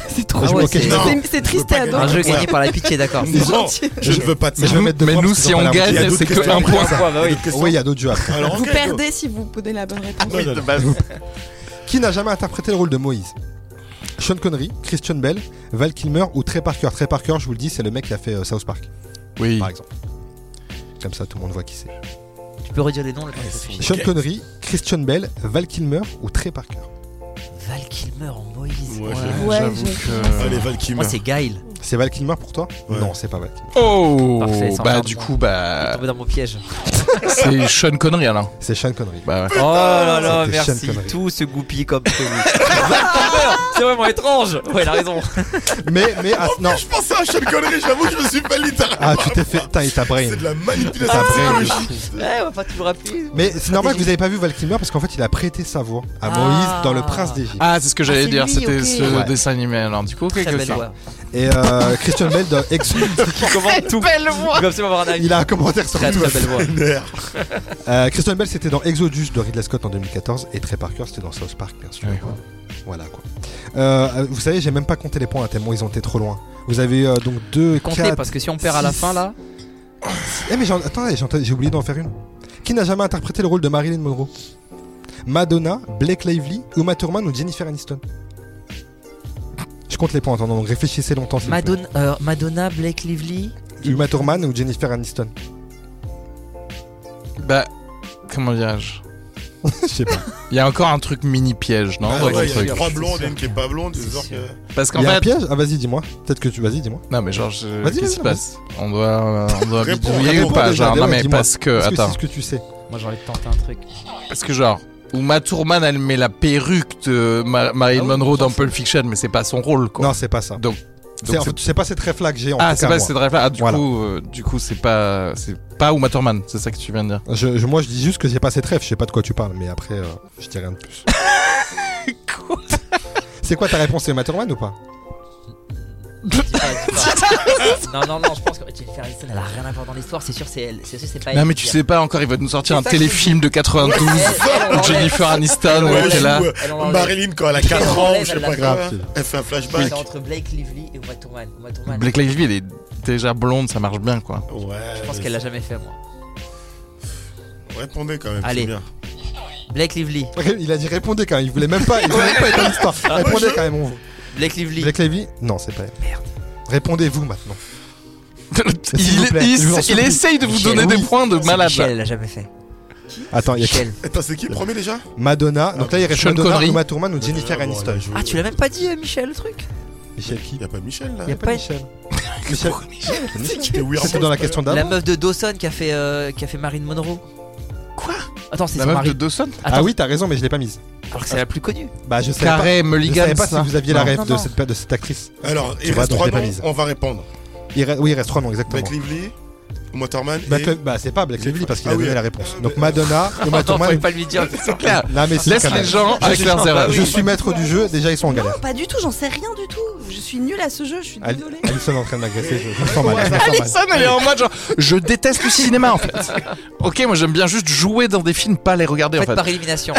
S4: C'est trop.
S1: Ah
S2: ouais,
S1: ok, je
S2: c'est-
S1: vais-
S5: Non.
S4: C'est- C'est triste et
S5: On peut pas
S2: Un
S4: adorable.
S2: jeu
S5: Ouais.
S2: gagné par la pitié, [laughs] d'accord.
S5: Non,
S4: gentil.
S5: ah, je ne veux pas te
S1: mais je vais
S5: mettre.
S1: mettre deux
S3: mais
S1: points
S3: nous,
S1: parce
S3: si
S1: qu'ils ont
S3: on
S1: pas la
S3: gagne,
S1: moitié.
S5: Il y a d'autres
S3: c'est que
S5: questions.
S3: un point.
S1: Ça.
S5: Il y a d'autres questions
S1: Ah Oui, il y a d'autres jeux après.
S5: Alors,
S4: Vous
S5: ok,
S4: perdez si vous posez la bonne réponse.
S5: go. Non, non, non.
S1: Qui n'a jamais interprété le rôle de Moïse Sean Connery, Christian Bell, Val Kilmer ou Trey Parker. Trey Parker, je vous le dis, c'est le mec qui a fait euh, South Park.
S3: Oui.
S1: par exemple. Comme ça, tout le monde voit qui c'est.
S2: Tu peux redire les noms le temps que ça finisse.
S1: Sean Connery, Christian Bell, Val Kilmer ou Trey Parker
S2: Val Kilmer en Moïse.
S5: Ouais,
S2: Ouais.
S5: j'avoue.
S4: Ouais,
S3: J'avoue
S4: je-
S3: que.
S5: Allez, Val Kilmer.
S2: Moi, c'est Gail.
S1: C'est Val Kilmer pour toi
S5: Ouais.
S1: Non, c'est pas Val Kilmer.
S3: Oh
S2: Parfait, sans
S3: Bah
S2: merde.
S3: du coup,
S2: Il est
S3: bah
S2: tombé dans mon
S3: [laughs]
S2: piège.
S3: c'est Sean Connery alors.
S1: C'est Sean Connery.
S3: Bah ouais.
S2: Oh là là,
S1: c'était
S2: merci.
S1: Sean Connery.
S2: Tout se goupille comme prévu. [laughs] Val Kilmer, c'est vraiment étrange. Ouais, il a raison.
S1: mais, mais, ah, non.
S5: Je pensais à Oh, Sean Connery, j'avoue, je me suis pas littéralement.
S1: Ah, tu t'es fait. Putain, il t'a brain.
S5: C'est de la manipulation
S1: Ah,
S5: psychologique.
S2: Ouais, on va pas tout rappeler.
S1: Mais c'est normal que vous n'avez pas vu Val Kilmer parce qu'en fait, il a prêté sa voix à
S2: Ah.
S1: Moïse dans Le Prince d'Égypte.
S3: Ah, c'est ce que j'allais
S4: c'est
S3: dire,
S4: lui,
S3: c'était
S4: ok.
S3: ce
S1: Ouais.
S3: dessin animé alors. Du coup,
S2: Très
S3: quelque
S2: belle
S3: chose.
S2: voix.
S1: Et euh, Christian Bell dans
S2: [laughs]
S1: Exo,
S2: Qui commande tout. Belle voix. Comme ça, on va avoir un avis.
S1: il a un commentaire sur
S2: Très
S1: tout.
S2: très belle
S1: [laughs]
S2: voix.
S1: Euh, Christian Bell, c'était dans Exodus de Ridley Scott en 2014 et Trey Parker, c'était dans South Park, bien sûr.
S3: Oui.
S1: Voilà quoi. Euh, vous savez, j'ai même pas compté les points à tellement ils ont été trop loin. Vous avez euh, donc 2,
S2: Comptez
S1: 4.
S2: parce que si on perd à la
S1: six.
S2: fin là,
S1: Eh, mais j'en- attendez, j'ai entendu- j'ai oublié d'en faire une. Qui n'a jamais interprété le rôle de Marilyn Monroe Madonna, Blake Lively, Uma Thurman ou Jennifer Aniston Je compte les points, attendez, donc réfléchissez longtemps. s'il vous plaît.
S2: Madonna, euh, Madonna, Blake [laughs] Lively.
S1: Uma Thurman ou Jennifer Aniston [laughs]
S3: Bah, comment dirais-je
S1: Je sais pas.
S3: Il y a encore un truc mini piège, non
S5: Ah
S3: dans
S5: ouais,
S3: le
S5: il y
S3: truc
S5: a trois blondes et une qui est pas blonde.
S2: C'est
S5: c'est genre
S2: sûr.
S5: que-
S3: Parce
S1: Il
S3: qu'en
S1: y a un
S3: fait,
S1: piège Ah, vas-y, dis-moi. Peut-être que tu. Vas-y, dis-moi.
S3: non mais genre, je-
S1: Vas-y,
S3: qu'est-ce qui
S1: vas-y,
S3: se passe On doit, euh, on doit
S5: Réponds,
S3: bidouiller ou
S1: réponds
S3: pas
S1: déjà,
S3: Genre, non
S1: ouais,
S3: mais
S1: dis-moi.
S3: parce que,
S1: Parce que
S3: Euh, attends,
S1: c'est ce que tu sais.
S2: Moi j'ai envie de tenter un truc.
S3: parce que genre, Uma Thurman, elle met la perruque de Ma- Marilyn
S2: Ah oui,
S3: Monroe dans
S2: ça,
S3: Pulp Fiction, mais c'est pas son rôle, quoi.
S1: Non, c'est pas ça.
S3: Donc,
S1: C'est-
S3: donc
S1: en fait,
S3: c'est-
S1: tu sais pas cette rêve-là que j'ai en
S3: ah,
S1: tout
S3: c'est
S1: cas,
S3: pas
S1: moi.
S3: cette rêve-là. Ah, du
S1: Voilà.
S3: coup, euh, du coup, c'est pas, c'est pas Uma Thurman, c'est ça que tu viens de dire.
S1: Je, je- moi, je dis juste que j'ai pas cette rêve. Je sais pas de quoi tu parles, mais après, euh, je dis rien de
S3: [laughs]
S1: plus. c'est quoi ta réponse C'est Matterman ou pas
S2: Dis pas, [laughs] dis pas. non, non, non, je pense que Jennifer Aniston elle a rien à voir dans l'histoire, c'est sûr, c'est elle. C'est sûr, c'est pas elle.
S3: Non mais tu sais pas encore, il va nous sortir
S2: C'est
S3: un
S2: ça qui-
S3: téléfilm de 92.
S2: Elle, elle, on l'enlève.
S3: Jennifer Aniston,
S2: Ouais,
S3: Ah ouais,
S5: elle
S3: t'es là.
S5: joue, euh,
S2: Elle en enlève.
S5: Marilyn, quand elle a
S2: Elle
S5: 4 ans,
S2: enlève,
S5: je sais
S2: elle
S5: pas
S2: la
S5: grave,
S1: trouve.
S5: elle fait un flashback.
S2: Bah, C'est entre Blake Lively et Uma Thurman. Uma Thurman.
S3: Blake Lively, elle est déjà blonde, ça marche bien quoi.
S5: Ouais,
S2: Je pense qu'elle l'a jamais fait, moi.
S5: Répondez quand même,
S2: Allez.
S5: c'est bien.
S2: Blake Lively.
S1: Il a dit répondez quand même. Il voulait même pas. Il voulait même pas être dans l'histoire. Répondez quand même. On...
S2: Blake Lively.
S1: Blake Livy Non, c'est pas elle.
S2: Merde.
S1: Répondez-vous maintenant. S'il vous
S3: Il,
S1: plaît,
S3: il-
S1: je vous en
S3: il
S1: supplie.
S3: essaye de vous
S2: Michel,
S3: donner
S2: oui.
S3: des points de
S2: C'est
S3: malade.
S2: Michel, elle l'a jamais fait.
S1: Attends, il y a qui
S2: Michel.
S5: Attends, c'est qui le premier déjà
S1: Madonna. Donc là, il reste
S3: Sean
S1: Madonna,
S3: Connery. Bah,
S1: Uma Thurman ou Jennifer
S5: Euh, Bon, allez,
S1: Aniston.
S5: je-
S2: Ah, tu l'as même pas dit, euh, Michel, le truc
S1: Michel qui
S5: Y a pas Michel là
S1: Il y a pas
S2: pas-
S1: Bah, Michel. Michel.
S5: C'était Weird
S1: C'était dans la
S5: Boy,
S1: question
S2: La
S1: d'avant.
S2: meuf de Dawson qui a fait, euh, qui a fait Marine Monroe.
S3: Quoi
S2: Attends, c'est
S3: La
S2: son
S3: meuf de
S2: mari.
S3: Dawson
S1: Ah oui, t'as raison, mais je l'ai pas mise.
S2: Alors que c'est la plus connue.
S1: Bah, je savais pas.
S3: Carré,
S1: Je
S3: Mulligan.
S1: savais pas si
S3: ça.
S1: vous aviez la
S3: Non.
S1: rêve
S2: Non,
S1: de
S2: non.
S1: cette, de cette actrice.
S5: Alors,
S1: Tu
S5: il
S1: vois,
S5: reste
S1: donc
S5: trois
S1: je l'ai pas
S5: noms,
S1: mise.
S5: on va répondre.
S1: Il re- Oui, il reste trois noms, exactement.
S5: Blake Lively, Motorman et...
S1: Black Lives- bah, c'est pas Black Lively parce qu'il a
S5: Ah oui,
S1: donné
S5: euh,
S1: la réponse.
S5: euh,
S1: Donc
S3: [laughs]
S5: mais-
S1: Madonna, Uma
S2: Attends,
S1: Thurman.
S2: fallait pas
S1: [laughs]
S2: lui dire.
S3: C'est clair.
S1: Non, mais si,
S3: Laisse
S1: quand
S3: les
S1: même. Ah,
S3: gens avec leurs erreurs.
S1: Je suis maître du jeu, déjà ils sont en galère.
S4: Pas du tout, j'en sais rien du tout. Je suis nulle à ce jeu, je suis
S1: Ali-
S4: désolée.
S1: Alison est en train de m'agresser, je je me sens mal. je me sens mal.
S3: Alison, elle est en mode genre, je déteste le cinéma en
S1: [laughs]
S3: fait. Ok, moi j'aime bien juste jouer dans des films, pas les regarder en
S2: Faites
S3: fait.
S2: par élimination.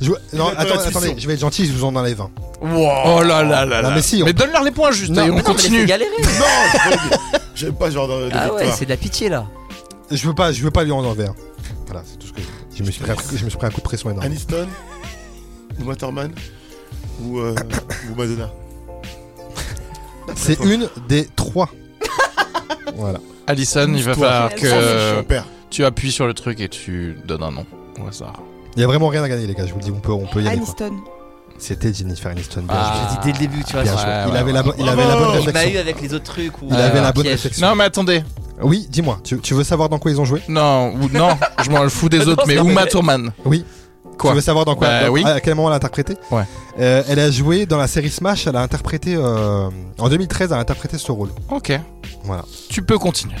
S1: Je- Non,
S5: Il attend la
S1: attendez,
S5: suite.
S1: attendez, je vais être gentil, je vous en donne les 20.
S3: Oh là là là
S1: Non,
S3: là.
S1: mais si, on-
S3: donne-leur les points juste
S1: Non,
S3: et
S1: mais
S3: on
S2: Mais non, mais laissez
S3: continue.
S2: galérer.
S5: Non, dingue. J'aime pas ce genre de, de
S2: Ah ouais,
S5: victoire.
S2: c'est de la pitié là.
S1: Je veux pas, je veux pas lui en enlever. un. Voilà, c'est tout ce que je je me suis pris un coup- je me suis pris un coup de pression énorme.
S5: Aniston ou Motorman ou, euh, ou Madonna
S1: C'est une des trois. Voilà.
S3: Alison, il va
S5: Toi,
S3: falloir
S4: Alison,
S5: Je
S3: que
S5: suis père.
S3: tu appuies sur le truc et tu donnes un nom au hasard.
S1: Il y a vraiment rien à gagner les gars, je vous le dis, on peut, on peut y aller. quoi.
S4: Aniston.
S1: C'était Jennifer Aniston. Bien
S3: Ah,
S1: joué.
S2: J'ai dit dès le début, tu vois.
S1: Bien
S2: c'est- oh,
S1: joué.
S3: ouais,
S1: Il
S3: ouais, Bah,
S1: avait la bo- il avait la
S5: Bravo.
S1: bonne
S5: Il
S2: Il m'a eu
S1: réflexion.
S2: avec les autres trucs. Où
S1: Il
S3: Ah,
S1: avait la
S3: ouais.
S1: bonne
S2: piège.
S1: réflexion.
S3: Non mais attendez,
S1: Oui, dis-moi, tu, tu veux savoir dans quoi ils ont joué
S3: non, ou- non, je m'en fous des
S2: [laughs] Non,
S3: autres, mais
S2: c'est
S3: Uma
S2: vrai.
S3: Thurman.
S1: Oui.
S3: Quoi
S1: Tu veux savoir dans quoi
S3: Bah
S1: dans-
S3: oui.
S1: À quel moment elle a interprété
S3: Ouais.
S1: Euh, elle a joué dans la série Smash, elle a interprété. euh, en 2013, elle a interprété ce rôle.
S3: Ok.
S1: Voilà.
S3: Tu peux continuer.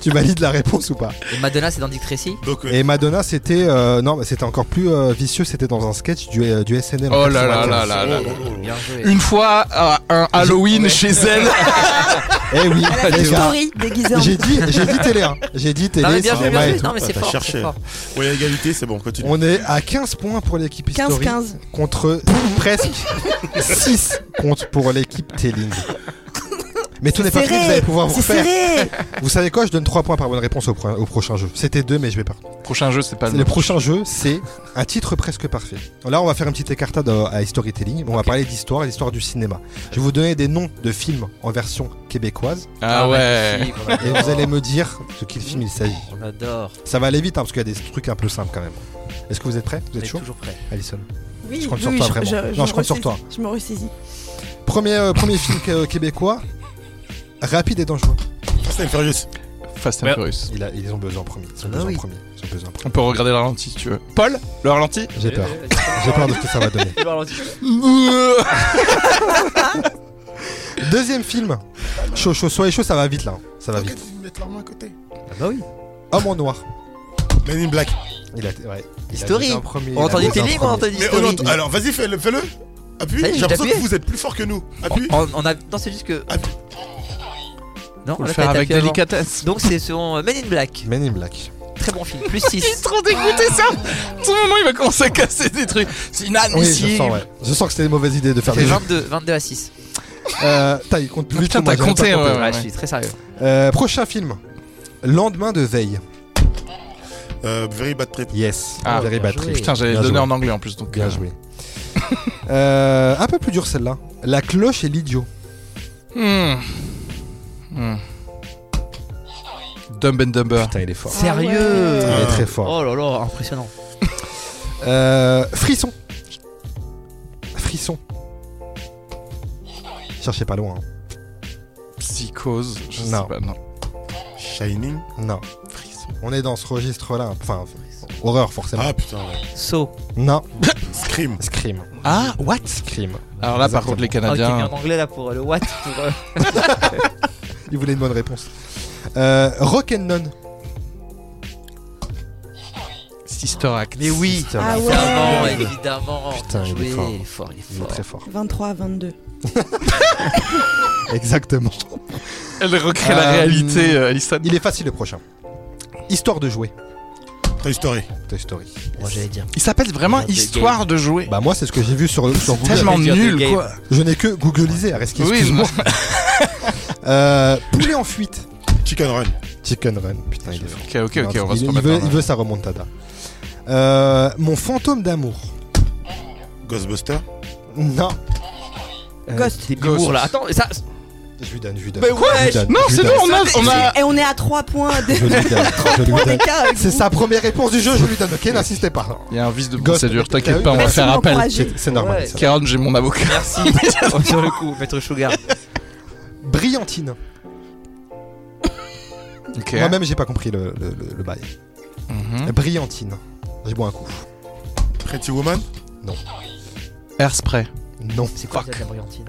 S1: tu valides la réponse ou pas
S2: Et Madonna, c'est dans Dick Tracy.
S5: Donc, euh,
S1: Et Madonna, c'était. euh, non, mais c'était encore plus euh, vicieux, c'était dans un sketch du, euh, du SNL. en
S3: Oh là là
S1: 95.
S3: là là là.
S5: oh, oh, oh.
S2: Bien joué.
S3: Une fois à un Halloween
S2: Ouais.
S3: chez elle.
S2: [laughs]
S1: Eh oui,
S4: Elle a
S1: les
S4: fait
S1: gars.
S4: story déguisée en
S1: J'ai dit, j'ai dit télé, hein. J'ai dit télé.
S2: Non,
S3: Ah,
S2: mais bien
S1: cinéma
S2: joué, bien
S1: et
S2: joué.
S1: tout.
S2: Non, mais c'est
S5: T'as
S2: fort.
S5: cherché.
S2: c'est fort.
S5: Ouais, il y a égalité, c'est bon, continue.
S1: On est à 15 points pour l'équipe historique
S4: 15-15.
S1: contre presque 6 contre pour l'équipe Telling. Mais tout n'est pas fini, vous allez pouvoir vous
S4: C'est
S1: faire.
S4: serré
S1: Vous savez quoi [laughs] Je donne 3 points par bonne réponse au, pro- au prochain jeu. C'était 2, mais je vais pas.
S3: Prochain jeu, c'est pas le.
S1: Le
S3: même.
S1: prochain jeu, c'est un titre presque parfait. Là, on va faire une petite écartade à, à storytelling. On va parler d'histoire et d'histoire du cinéma. Je vais vous donner des noms de films en version québécoise
S3: Ah ouais.
S2: magnifique, on adore.
S1: et vous allez me dire de quel film il s'agit.
S2: On adore.
S1: Ça va aller vite hein, parce qu'il y a des trucs un peu simples quand même. Est-ce que vous êtes prêts Vous
S2: On
S1: êtes
S2: est
S1: chaud
S2: toujours prêt.
S1: Alison
S4: Oui,
S1: Je compte
S4: oui,
S1: sur
S4: oui,
S1: toi, vraiment.
S4: je-
S1: Non,
S4: me
S1: je compte sur
S4: ressaisis.
S1: toi.
S4: Je me ressaisis.
S1: Premier, euh, premier film euh, québécois, rapide et dangereux.
S5: Fast and Furious.
S3: Fast and
S2: Mais-
S3: Furious.
S1: Il a- ils ont besoin en premier. Ils ont
S2: Ah
S1: besoin
S2: oui.
S1: en premier. Ils ont besoin en premier.
S3: On peut regarder le ralenti si tu veux. Paul, le ralenti
S1: J'ai peur. J'ai peur de ce que ça va donner. Deuxième film. Chaud, chaud, soyez chaud, ça va vite là. Ça va
S5: T'inquiète,
S1: vite.
S5: ils mettent leurs mains à côté.
S2: bah oui.
S1: Homme en noir.
S5: Men in Black.
S1: Il a, ouais. Il a
S2: Story.
S1: mis un premier, il
S2: On
S1: a
S2: entendait
S1: mis
S2: tes
S1: un
S2: livres, on
S1: premier.
S2: entendait
S5: Mais
S2: Story.
S5: on entend- ah, Alors vas-y, fais-le. Fais-le. Appuie.
S2: Ça y est,
S5: J'ai
S2: j'ai
S5: l'impression que
S2: appuyé.
S5: vous êtes plus fort que nous. Appuie.
S1: Oh,
S2: On, on a... Non, c'est juste que.
S5: Ah, putain.
S2: Non,
S3: Faut
S2: on
S3: le
S2: l'a
S3: faire
S2: fait
S3: avec
S2: avant.
S3: délicatesse.
S2: Donc c'est son euh, Men in Black.
S1: Men in Black.
S2: Très bon film. Plus 6.
S3: trop dégoûté ça Tout le moment il va commencer à casser des trucs. C'est
S1: Oui,
S3: inadmissible.
S1: je sens, ouais. Je sens que c'était une mauvaise idée de faire
S2: C'est
S1: des jeux.
S2: 22, 22 à 6.
S1: Euh, Putain, il compte plus vite.
S3: Putain,
S1: que moi,
S3: t'as
S1: j'arrive
S3: compté,
S1: pas à compter.
S3: ouais, ouais.
S2: je suis très sérieux.
S1: Euh, Prochain film. Lendemain de veille. oh.
S5: Euh, very bad trip.
S1: Yes.
S3: Ah,
S1: Very
S2: bien
S1: bad
S2: joué.
S1: trip.
S3: Putain, j'allais
S1: Bien
S3: le donner
S1: joué.
S3: en anglais en plus. Donc,
S1: Bien
S3: euh,
S1: joué. Euh, un peu plus dur celle-là. La cloche et l'idiot.
S3: hmm. Hmm. Dumb and Dumber.
S1: Putain, il est fort.
S2: Sérieux
S1: Il est
S5: Ah.
S1: très fort.
S2: Oh là là, impressionnant.
S1: Euh, frisson. Frisson. Cherchez pas loin. hein.
S3: Psychose. Je
S1: Non.
S3: sais pas, non.
S5: Shining.
S1: Non.
S3: Frisson.
S1: On est dans ce registre-là. Enfin, horreur forcément.
S5: Ah putain. ouais.
S2: So.
S1: Non.
S5: Scream.
S1: Scream.
S3: Ah, what
S1: Scream.
S3: Alors là,
S1: Exactement.
S3: par contre,
S2: Ah,
S3: les
S2: ok, mis
S3: Canadiens.
S2: en anglais là pour euh, le what pour, euh,
S1: Il voulait une bonne réponse. Euh, Rock and None.
S3: Sister Act.
S2: Mais oui
S1: Sister
S4: Ah
S1: Act.
S4: ouais.
S2: Évidemment, évidemment.
S1: Putain, il est
S2: Joué,
S1: fort.
S2: Il est fort, il est
S1: Il est
S2: fort.
S1: très fort.
S4: 23 à 22.
S1: Exactement.
S3: Elle recrée la
S1: Euh,
S3: réalité, euh, Alison.
S1: Il est facile le prochain. Histoire de jouer.
S5: Toy Story.
S1: Toy Story.
S2: Moi j'allais dire.
S3: Il s'appelle vraiment
S2: Regarde le
S3: Histoire de jouer.
S1: Bah moi c'est ce que j'ai vu sur, sur Google.
S3: Tellement
S2: Google.
S3: nul,
S2: Game.
S3: quoi.
S1: Je n'ai que googlisé. Areski,
S3: Oui,
S1: excuse-moi. Euh, poulet en fuite.
S5: Chicken Run.
S1: Chicken Run. Putain, il est fort.
S3: Ok, ok, ok, on va
S1: il,
S3: se
S1: il
S3: remettre.
S1: veut,
S3: dans
S1: il
S3: le-
S1: veut sa remontada. Euh, mon fantôme d'amour.
S5: Ghostbuster.
S1: Non.
S4: Ghost.
S2: Des
S3: Ghost.
S2: bourgs, Euh, là. Attends, ça.
S1: Je lui donne, je lui donne.
S3: Mais
S1: Je lui
S3: ouais,
S1: donne,
S3: non,
S1: je lui
S3: c'est
S1: donne.
S3: bon, on a. On a...
S4: Et on est à 3 points de [laughs]
S1: Je lui donne, je lui
S4: points
S1: donne.
S4: d'écart avec
S1: C'est
S4: vous.
S1: sa première réponse du jeu, je lui donne. Ok, n'insistez pas.
S3: Il y a un vice de
S1: Ghost.
S3: procédure, t'inquiète pas, on va
S4: Merci
S3: faire
S4: de
S3: appel.
S4: m'encourager.
S1: C'est c'est normal.
S2: Ouais.
S1: ça.
S3: Karen, j'ai mon avocat.
S2: Merci. [laughs] Oh, sur le coup, maître Sugar.
S1: Brillantine.
S3: Ok.
S1: Moi-même, j'ai pas compris le, le- le- le bail.
S3: Mhm.
S1: Brillantine. J'ai bon un coup.
S5: Pretty Woman.
S3: Airspray.
S1: Non.
S2: C'est quoi
S3: Fuck.
S2: ça, la brillantine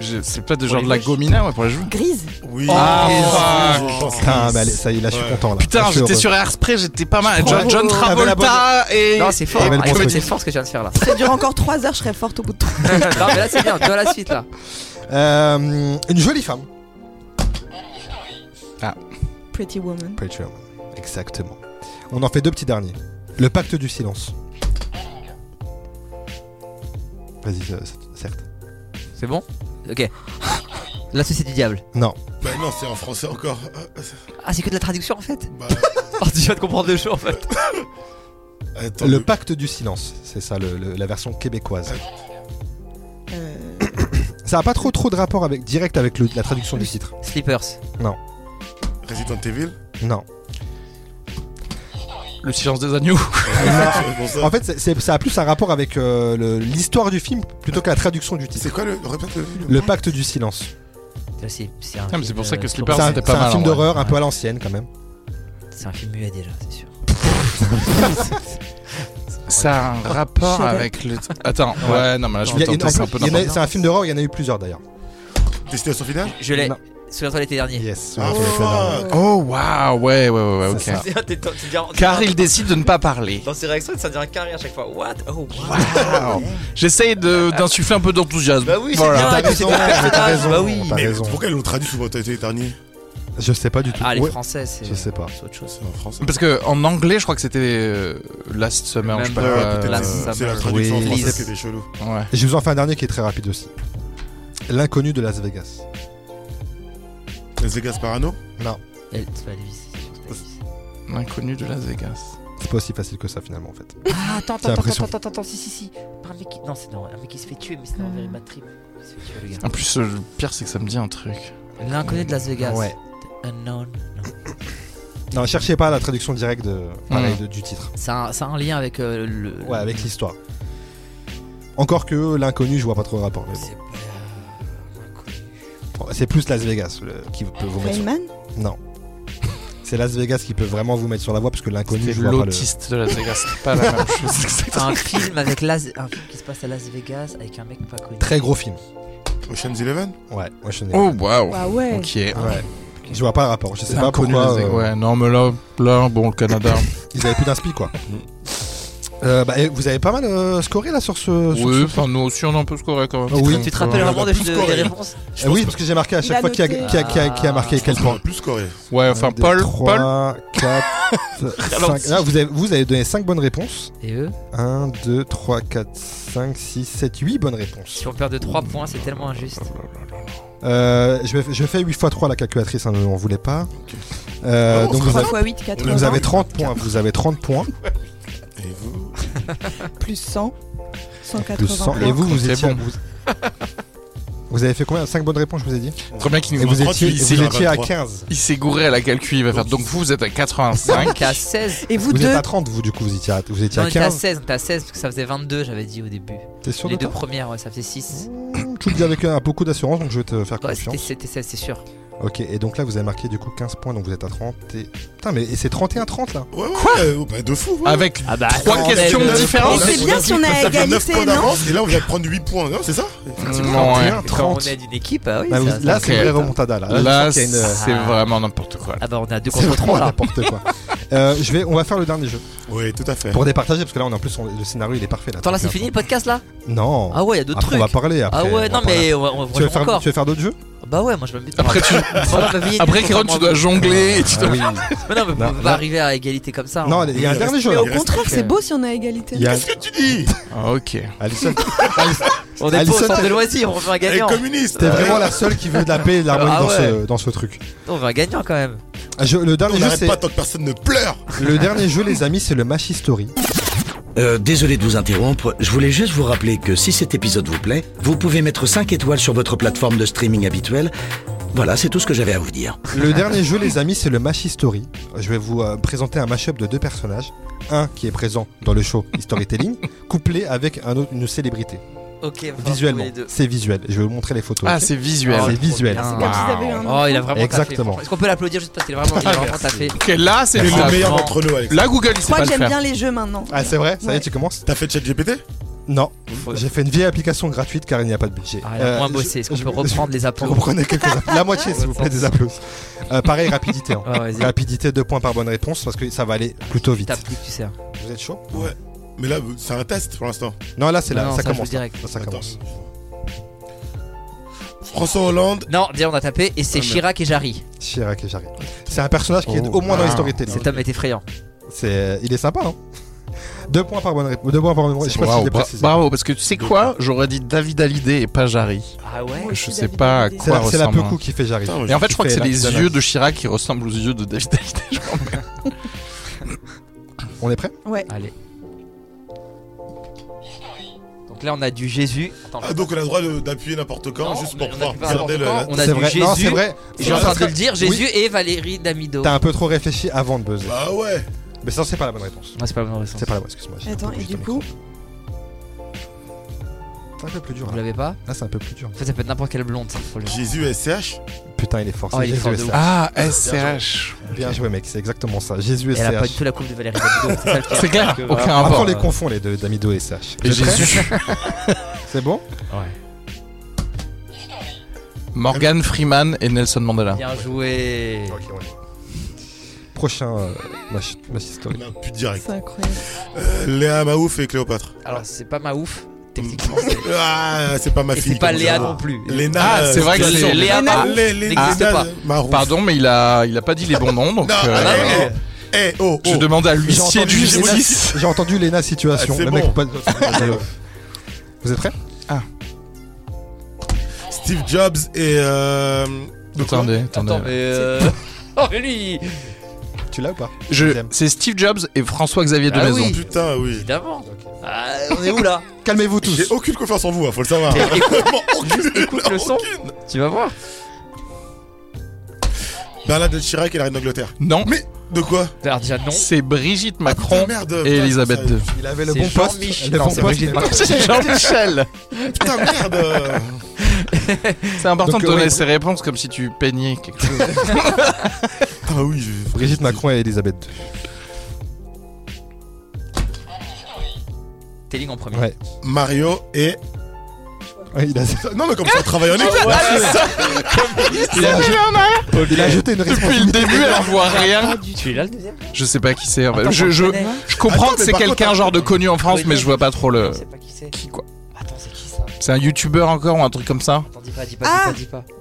S3: Je- C'est pas de
S2: Pour
S3: genre
S2: les
S3: de la
S2: juges.
S3: gomina, ouais, pour les joues.
S4: Grise.
S5: Oui.
S3: Ah,
S5: oui, je pense.
S1: Putain, mais allez, ça y est, là, je suis
S5: Ouais.
S1: content. Là. Là,
S3: Putain,
S1: Ah, je suis
S3: j'étais
S1: heureux.
S3: sur Airspray, j'étais pas mal.
S1: Bravo.
S3: John, John
S1: T'avais la bonne-
S3: Travolta et.
S2: Non, c'est fort.
S1: Ah, mais le
S2: Ah,
S1: bon
S2: écoute,
S1: truc.
S2: C'est fort ce que tu viens de faire là.
S4: Ça dure encore 3 heures, je serais forte au bout de 3.
S2: [laughs] non, mais là c'est bien. Toi la suite là.
S1: Euh, une jolie femme.
S4: Pretty Woman.
S1: Pretty Woman. Exactement. On en fait deux petits derniers. Le pacte du silence. Vas-y, euh, certes.
S2: C'est bon Ok. La société du diable.
S1: Non.
S5: Bah non, c'est en français encore. Euh,
S2: Ah, c'est que de la traduction en fait
S5: Bah,
S2: Oh, tu viens de comprendre le jeu en fait.
S5: attends,
S1: Le
S5: mais-
S1: pacte du silence. C'est ça, le- le- la version québécoise.
S4: Euh,
S1: Ça a pas trop trop de rapport avec, direct avec le- la traduction du titre.
S2: Slippers.
S5: Resident Evil.
S1: Non.
S3: Le silence des agneaux.
S1: Ah,
S5: C'est pour ça.
S1: En fait, c'est- c'est- ça a plus un rapport avec euh, le- l'histoire du film plutôt que la traduction du titre.
S5: C'est quoi le répète le film
S1: Le pacte du silence.
S2: Là, C'est c'est un.
S3: mais
S2: film,
S3: c'est pour ça
S2: euh,
S3: que
S2: sur-
S3: Slippers,
S1: C'est un,
S3: c'était
S1: c'est
S3: pas
S1: un
S3: mal,
S1: film
S3: en vrai.
S1: d'horreur, un peu à l'ancienne quand même.
S2: C'est un film muet déjà, c'est sûr.
S3: Ça a un rapport avec le. Attends, ouais, non, mais là Ah, je
S1: Il y a- il y
S3: vais
S1: en
S3: tenter, c'est un peu
S1: a- il y en
S3: n'importe
S1: a- C'est un film d'horreur, il y en a eu plusieurs d'ailleurs.
S5: Destination finale
S2: Je l'ai.
S1: Non.
S2: Souviens-toi l'été dernier.
S1: Yes.
S5: Ah,
S1: sur le
S5: fuck.
S1: film.
S3: quoi. Oh, waouh, ouais, ouais, ouais, ouais, ok.
S1: C'est ça.
S2: C'est- t'es- t'es- t'es- t'es-
S3: Car il décide de ne pas parler.
S2: Dans ses réactions, ça dirait un carré à chaque fois. What Oh, wow.
S3: Waouh. J'essaye de- d'insuffler un peu d'enthousiasme.
S2: Bah oui, c'est
S5: Oh
S3: Voilà.
S2: bien.
S1: T'as
S2: mais c'est
S1: raison,
S2: des personnages,
S1: t'as raison,
S2: Bah oui.
S1: t'as
S5: Mais
S1: raison.
S5: pourquoi ils l'ont traduit sous Mortalité dernier
S1: Je sais pas du tout.
S2: Ah, les
S1: Ouais,
S2: Français, c'est.
S1: Je sais pas.
S2: c'est autre chose.
S5: C'est en français.
S3: Parce que en anglais, je crois que c'était euh, Last Summer, je sais pas.
S2: Remember,
S3: quoi,
S5: peut-être,
S2: Last
S5: euh,
S2: Summer.
S5: c'est la traduction en
S1: Oui.
S5: français
S2: Lise.
S5: qui était chelou.
S3: ouais.
S1: Je vous en fais un dernier qui est très rapide aussi. L'inconnu de Las Vegas.
S5: Les Vegas Parano
S1: Non,
S2: Elle- Eh, C'est pas Elvis, c'est sûr que c'est pas Elvis.
S3: L'inconnu de Las Vegas.
S1: c'est pas aussi facile que ça finalement en fait.
S2: Ah, attends,
S1: C'est
S2: attends,
S1: impressionnant.
S2: attends, attends, attends, si, si, si. Par un mec qui... Non, c'est non, un mec qui se fait tuer, mais c'est dans
S4: Hmm.
S2: Very Mad Trip. Il se fait tuer, le gars.
S3: En plus, euh, le pire, c'est que ça me dit un truc.
S2: L'inconnu de Las Vegas.
S1: Ouais.
S2: The Unknown. Non.
S1: Non, cherchez pas la traduction directe de, pareil,
S3: Mm.
S1: de- du titre.
S2: Ça a un- ça a un lien avec euh, le.
S1: Ouais, avec l'histoire. Encore que l'inconnu, je vois pas trop le rapport. mais bon.
S2: C'est pas-
S1: C'est plus Las Vegas le- qui peut vous mettre. sur-
S4: Rayman
S1: Non. C'est Las Vegas qui peut vraiment vous mettre sur la voie parce que l'inconnu,
S3: C'est
S1: je vois pas le.
S3: l'autiste de Las Vegas, c'est pas la même chose.
S1: [laughs]
S2: [laughs] un film avec Las... un film qui se passe à Las Vegas avec un mec pas connu.
S1: Très gros film.
S5: Ocean's Eleven
S1: Ouais. Moi je,
S3: Oh, waouh.
S4: Bah ouais.
S3: Ok. Ouais.
S1: ouais. je vois pas le rapport. Je sais pas
S3: Inconnu,
S1: pourquoi.
S3: Las Vegas.
S1: euh,
S3: Ouais, non, mais là, là, bon, le
S1: [laughs]
S3: Canada.
S1: Ils avaient plus d'inspi quoi. Euh, bah, et vous avez pas mal euh, scoré là sur ce. sur
S3: oui,
S1: ce-
S3: enfin, nous aussi, on en peut scorer quand même.
S1: Ah oui.
S2: Tu te rappelles
S5: Ouais,
S2: vraiment
S5: on a
S2: des,
S5: plus
S2: des
S5: scoré.
S2: réponses
S1: Eh oui, parce que j'ai marqué à
S4: Il
S1: chaque
S4: a
S1: fois qui a,
S4: noté.
S1: qui a- qui a- qui a marqué quel point.
S5: Plus scoré.
S3: Ouais, Ah. enfin, Paul, Paul.
S1: 3, 4,
S3: [laughs]
S1: 5.
S3: Ralentis.
S1: Là, vous avez, vous avez donné 5 bonnes réponses.
S2: Et eux
S1: 1, 2, 3, 4, 5, 6, 7, 8 bonnes réponses.
S2: Si on perd de 3
S1: Mm.
S2: points, c'est tellement injuste.
S1: Euh, je, vais- je fais 8 x 3 la calculatrice, hein, on voulait pas. Euh,
S2: Oh,
S5: Vraiment,
S1: donc vous
S4: 3
S1: avez,
S4: x 8, 80.
S1: vous avez 30 points. Vous avez 30 points.
S5: Et vous
S4: Plus 100.
S1: Plus 100.
S4: 180.
S1: Et vous, vous
S3: C'est
S1: étiez.
S3: bon.
S1: Vous, [laughs] vous avez fait combien 5 bonnes réponses, je vous ai dit
S3: Très bien qu'il
S1: Et
S3: nous
S1: vous étiez,
S5: Trente-huit, ici,
S1: vous
S5: il y en a
S1: étiez à
S5: 23.
S1: 15.
S3: Il s'est gouré à la calcul, il va faire. Donc vous, vous êtes
S1: [laughs]
S3: à 85.
S2: T'es à 16
S4: Et vous
S1: Vous êtes
S4: deux
S1: à 30, vous, du coup, vous étiez à, vous étiez à
S2: Non, on était à
S1: 15.
S2: 16, on était à 16 parce que ça faisait 22, j'avais dit au début.
S1: T'es sûr
S2: Les
S1: de
S2: deux
S1: toi
S2: premières, ouais, ça faisait 6.
S1: Tu le dis avec euh, beaucoup d'assurance, donc je vais te faire
S2: Ouais,
S1: Mm. confiance.
S2: c'était c'était 16, c'est sûr.
S1: Ok, et donc là, vous avez marqué du coup 15 points, donc vous êtes à 30. Et... Putain, mais et c'est 31-30 là
S5: Ouais, ouais, Quoi bah, De fou, ouais.
S3: Avec
S2: Ah bah,
S3: trois
S2: attends,
S3: questions
S2: mais-
S5: différentes.
S4: Mais c'est bien si on a
S5: Ça fait 9
S4: égalité,
S5: points
S4: non
S5: d'avance et là on vient de prendre 8 points, non, c'est ça
S3: Non, ouais.
S1: 31,
S2: Quand on
S1: 30.
S2: est d'une équipe, ah oui,
S1: Bah, vous-
S2: ça-
S1: là,
S2: ça-
S1: c'est une
S3: ok.
S1: vraie remontada. Là,
S3: Là,
S1: Ah, je sens qu'il y a une- euh,
S3: c'est
S2: Ah.
S3: vraiment n'importe quoi.
S2: Ah bah on a deux
S1: C'est
S2: contre 3
S1: vraiment
S2: là.
S1: n'importe
S2: [laughs]
S1: quoi. Euh, je vais, on va faire le dernier jeu
S5: Oui, tout à fait.
S1: pour départager parce que là, on est en plus on- le scénario il est parfait là. euh,
S2: Attends, là c'est fini le podcast là
S1: Non.
S2: Ah ouais, il y a d'autres
S1: Après, on va
S2: trucs.
S1: parler après.
S2: Ah
S1: on va
S2: ouais, non
S1: parler.
S2: mais on va on
S1: Tu veux,
S2: va jouer
S1: faire,
S2: encore.
S1: tu veux faire d'autres jeux
S2: Bah ouais, moi je m'amuse.
S3: Après, tu-
S2: [laughs]
S3: Après, Kéron,
S2: Kéron,
S3: tu dois jongler. et tu
S1: Ah
S3: dois-
S1: oui.
S2: Mais non,
S1: Non,
S2: mais on peut
S1: là-
S2: pas arriver à égalité comme ça.
S1: Non,
S2: hein.
S1: il y a un
S5: Il
S1: dernier jeu
S4: Mais
S1: là.
S4: au contraire, c'est beau si on a égalité.
S1: Il y a
S5: Qu'est-ce que tu dis
S3: Ah, ok.
S1: Alison.
S2: on est pas au
S1: Alison,
S2: centre
S1: t'es-
S2: de loisirs, on veut un
S5: Elle est
S2: gagnant.
S5: communiste
S1: T'es vraiment la seule qui veut de la paix et de l'harmonie
S2: Ah
S1: dans, ce,
S2: ouais.
S1: dans ce truc.
S2: On veut un gagnant quand même.
S1: Ah, je- le, dernier
S5: On
S1: jeu,
S5: n'arrête
S1: c'est,
S5: pas tant que personne ne pleure
S1: le dernier jeu, les amis, c'est le Machistory.
S6: Euh, désolé de vous interrompre, je voulais juste vous rappeler que si cet épisode vous plaît, vous pouvez mettre 5 étoiles sur votre plateforme de streaming habituelle. Voilà, c'est tout ce que j'avais à vous dire.
S1: Le dernier jeu, les amis, c'est le Match History. Je vais vous euh, présenter un mashup de deux personnages. Un qui est présent dans le show Storytelling, couplé avec un autre, une célébrité.
S2: Ok, on va
S1: Visuellement,
S2: trouver les deux.
S1: c'est visuel. Je vais vous montrer les photos.
S3: Ah,
S1: ok
S3: c'est visuel.
S1: c'est
S2: Oh,
S1: visuel.
S2: trop
S4: C'est
S2: bien.
S4: comme s'ils avaient eu un
S2: Oh, il a vraiment
S1: Exactement. Ah,
S2: taffé, franchement. Est-ce qu'on peut l'applaudir juste parce qu'il a vraiment, il a vraiment taffé
S3: Ok, là, c'est
S5: T'es
S3: les
S5: le
S3: meilleurs.
S5: meilleur
S2: vraiment.
S5: d'entre nous, Alex.
S3: Là, Google, il
S4: Je
S3: sait
S4: crois
S3: pas
S4: que
S3: le
S4: j'aime bien
S3: faire.
S4: les jeux maintenant.
S1: Ah, c'est vrai Ça y est,
S4: Ouais.
S1: tu commences
S5: T'as fait ChatGPT
S1: Non. J'ai fait une vieille application gratuite car il n'y a pas de budget.
S2: Ah, il a
S1: Euh,
S2: moins
S1: je-
S2: bossé. Est-ce qu'on
S1: je- [laughs]
S2: peut reprendre les
S1: je-
S2: applaudissements
S1: Reprenez quelques app- La moitié, s'il vous plaît, des applaudissements. Euh, pareil, rapidité. hein.
S2: Ah Ouais, [laughs] vas-y.
S1: Rapidité, deux points par bonne réponse parce que ça va aller plutôt vite.
S2: Tape, tu sais. hein.
S1: Vous êtes chaud
S5: Ouais. Mais là, c'est un test pour l'instant.
S1: Non, là, c'est
S2: Non,
S1: là.
S2: non,
S1: ça
S2: ça, je
S1: commence.
S2: joue direct.
S1: là. Ça
S5: Attends.
S1: commence.
S5: François Hollande.
S2: Non, déjà on a tapé et c'est
S5: Ah, merde.
S2: Chirac et Jarry.
S1: Chirac et Jarry. C'est un personnage qui est
S3: Oh.
S1: au moins dans les
S3: Ah.
S1: storytelling.
S2: Cet homme est effrayant.
S1: C'est, il est sympa, hein Deux points par bonne réponse. Deux points par bonne réponse. Je sais pas si je
S3: Bravo,
S1: l'ai
S3: bra-
S1: précisé.
S3: bravo, parce que tu sais quoi J'aurais dit David Hallyday et pas Jarry.
S2: Ah ouais
S4: Moi
S3: Je
S4: aussi,
S3: sais
S4: David
S3: pas à
S4: Hallyday.
S1: C'est
S3: quoi
S1: la, c'est la
S3: ressemble hein.
S1: Pecou qui fait Jarry.
S5: Putain, mais
S3: Et en fait, je crois que
S1: Qui
S3: c'est
S1: fait
S3: les
S1: la-
S3: yeux de Chirac qui ressemblent aux yeux de David Hallyday. je crois.
S1: On est prêt
S4: Ouais.
S2: Allez. Donc là on a du Jésus. Attends,
S5: Ah, donc on a le droit de- d'appuyer n'importe quand,
S2: Non,
S5: juste
S2: mais
S5: pour
S2: on
S5: pouvoir
S2: appuie pas n'importe
S5: regarder le.
S2: quand,
S5: la-
S2: On a
S1: c'est
S2: du
S1: vrai.
S2: Jésus.
S1: Non, c'est vrai.
S2: je suis en train de le dire, Jésus et Valérie Damido.
S1: T'as un peu trop réfléchi avant de buzzer.
S5: Bah ouais
S1: Mais ça, c'est pas la bonne réponse.
S2: Ah, c'est pas le bon sens.
S1: C'est pas la bonne, excuse-moi. j'ai
S4: Attends,
S1: coupé
S4: et
S1: juste
S4: du
S1: le
S4: coup,
S1: micro. C'est un peu plus dur hein.
S2: Vous
S1: là.
S2: l'avez pas
S1: Là, c'est un peu plus dur.
S2: En fait, ça peut être n'importe quelle blonde, ça faut le
S5: Jésus SCH
S1: Putain, il est fort.
S2: Oh,
S1: c'est
S2: il est
S1: Jésus
S2: fort de
S1: et
S2: ouf.
S1: Serge.
S3: Ah, SCH.
S1: Bien joué, mec. C'est exactement ça. Jésus et
S2: Elle a pas
S1: Serge.
S2: du tout la coupe de Valérie Damido. c'est ça le truc.
S3: C'est clair,
S2: Parce que,
S3: aucun
S2: voilà.
S1: Après, on
S3: rapport.
S1: les confond, les deux, Damido et Serge.
S3: Et
S1: Vous êtes prêts
S3: Jésus.
S1: C'est bon
S3: [laughs] Morgan Freeman et Nelson Mandela.
S2: Bien joué.
S1: Ok, on y va. Prochain euh, match, match historique.
S5: On a plus de direct.
S4: c'est incroyable.
S5: Euh, Léa Maouf et Cléopâtre.
S2: Alors, c'est pas ma ouf, techniquement.
S5: [laughs]
S2: c'est-
S5: Ah, c'est pas ma
S2: Et
S5: fille.
S2: c'est pas
S5: comment ça
S2: Léa
S5: va
S2: non plus.
S5: Léna.
S3: Ah, c'est vrai que
S2: Léa
S3: c'est
S2: Léa Mar- n'existe pas.
S5: Marouf.
S3: Pardon, mais il a, il a pas dit les bons noms, donc
S5: Non,
S3: euh,
S5: non,
S2: non,
S5: non. Eh, oh,
S3: je
S5: oh.
S3: demande à l'huissier
S1: entendu
S3: du
S1: Jésus.
S3: justice.
S1: J'ai entendu Lena situation.
S5: Ah, c'est
S1: Le mec,
S5: bon.
S1: pas- [laughs] Vous êtes prêts
S5: Steve Jobs et. Euh... de quoi
S3: Attendez,
S2: Attends,
S3: attendez.
S2: mais. euh, [laughs] Oh, mais lui
S1: Tu l'as ou pas
S3: Je-
S1: Deuxième.
S3: C'est Steve Jobs et François-Xavier
S2: Ah
S3: de Maison.
S2: oui.
S5: Putain, oui.
S2: Évidemment Ah, On est où là
S1: Calmez-vous tous.
S5: J'ai aucune confiance en vous, hein, faut le savoir. [laughs] Vraiment aucune.
S2: écoute le son.
S5: aucune.
S2: Tu vas voir
S5: Bernard de Ben Chirac et la reine d'Angleterre.
S3: Non,
S5: Mais de quoi
S2: Alors, Bah, déjà, non.
S3: c'est Brigitte Macron
S5: Ah, merde,
S3: et
S5: putain,
S3: Elisabeth
S5: ça-
S3: II.
S1: Il avait le
S2: C'est
S1: bon poste.
S2: Jean-Mich.
S1: Le
S3: Ah,
S2: Non,
S1: bon
S2: c'est
S1: poste.
S2: Brigitte
S1: mais-
S2: Macron.
S3: C'est Jean-Michel.
S5: Putain, merde.
S3: C'est important
S1: Donc,
S3: de donner
S1: ouais.
S3: ses réponses comme si tu peignais quelque chose.
S5: Ah oui, je-
S1: Brigitte Macron et Elisabeth.
S2: Telling en premier.
S1: Ouais.
S5: Mario et.
S1: Ouais, il, a...
S5: Non, mais comme ça, on travaille en
S2: Ah
S5: équipe.
S1: il a- il a jeté une réponse.
S3: Depuis le début, elle voit
S1: Ah,
S3: rien.
S2: Tu es là le deuxième
S3: Je sais pas qui c'est. en fait.
S2: j'en
S3: je, je,
S2: connais.
S3: je comprends
S5: Attends,
S3: que
S5: mais
S3: c'est
S5: par
S3: quelqu'un
S5: contre,
S3: genre de connu en France, mais je vois pas trop le.
S2: Je sais pas qui c'est.
S3: Qui quoi
S2: Attends, c'est qui ça
S3: C'est un youtubeur encore ou un truc comme ça
S2: Attends, dis pas, dis pas,
S4: Ah
S2: dis pas, dis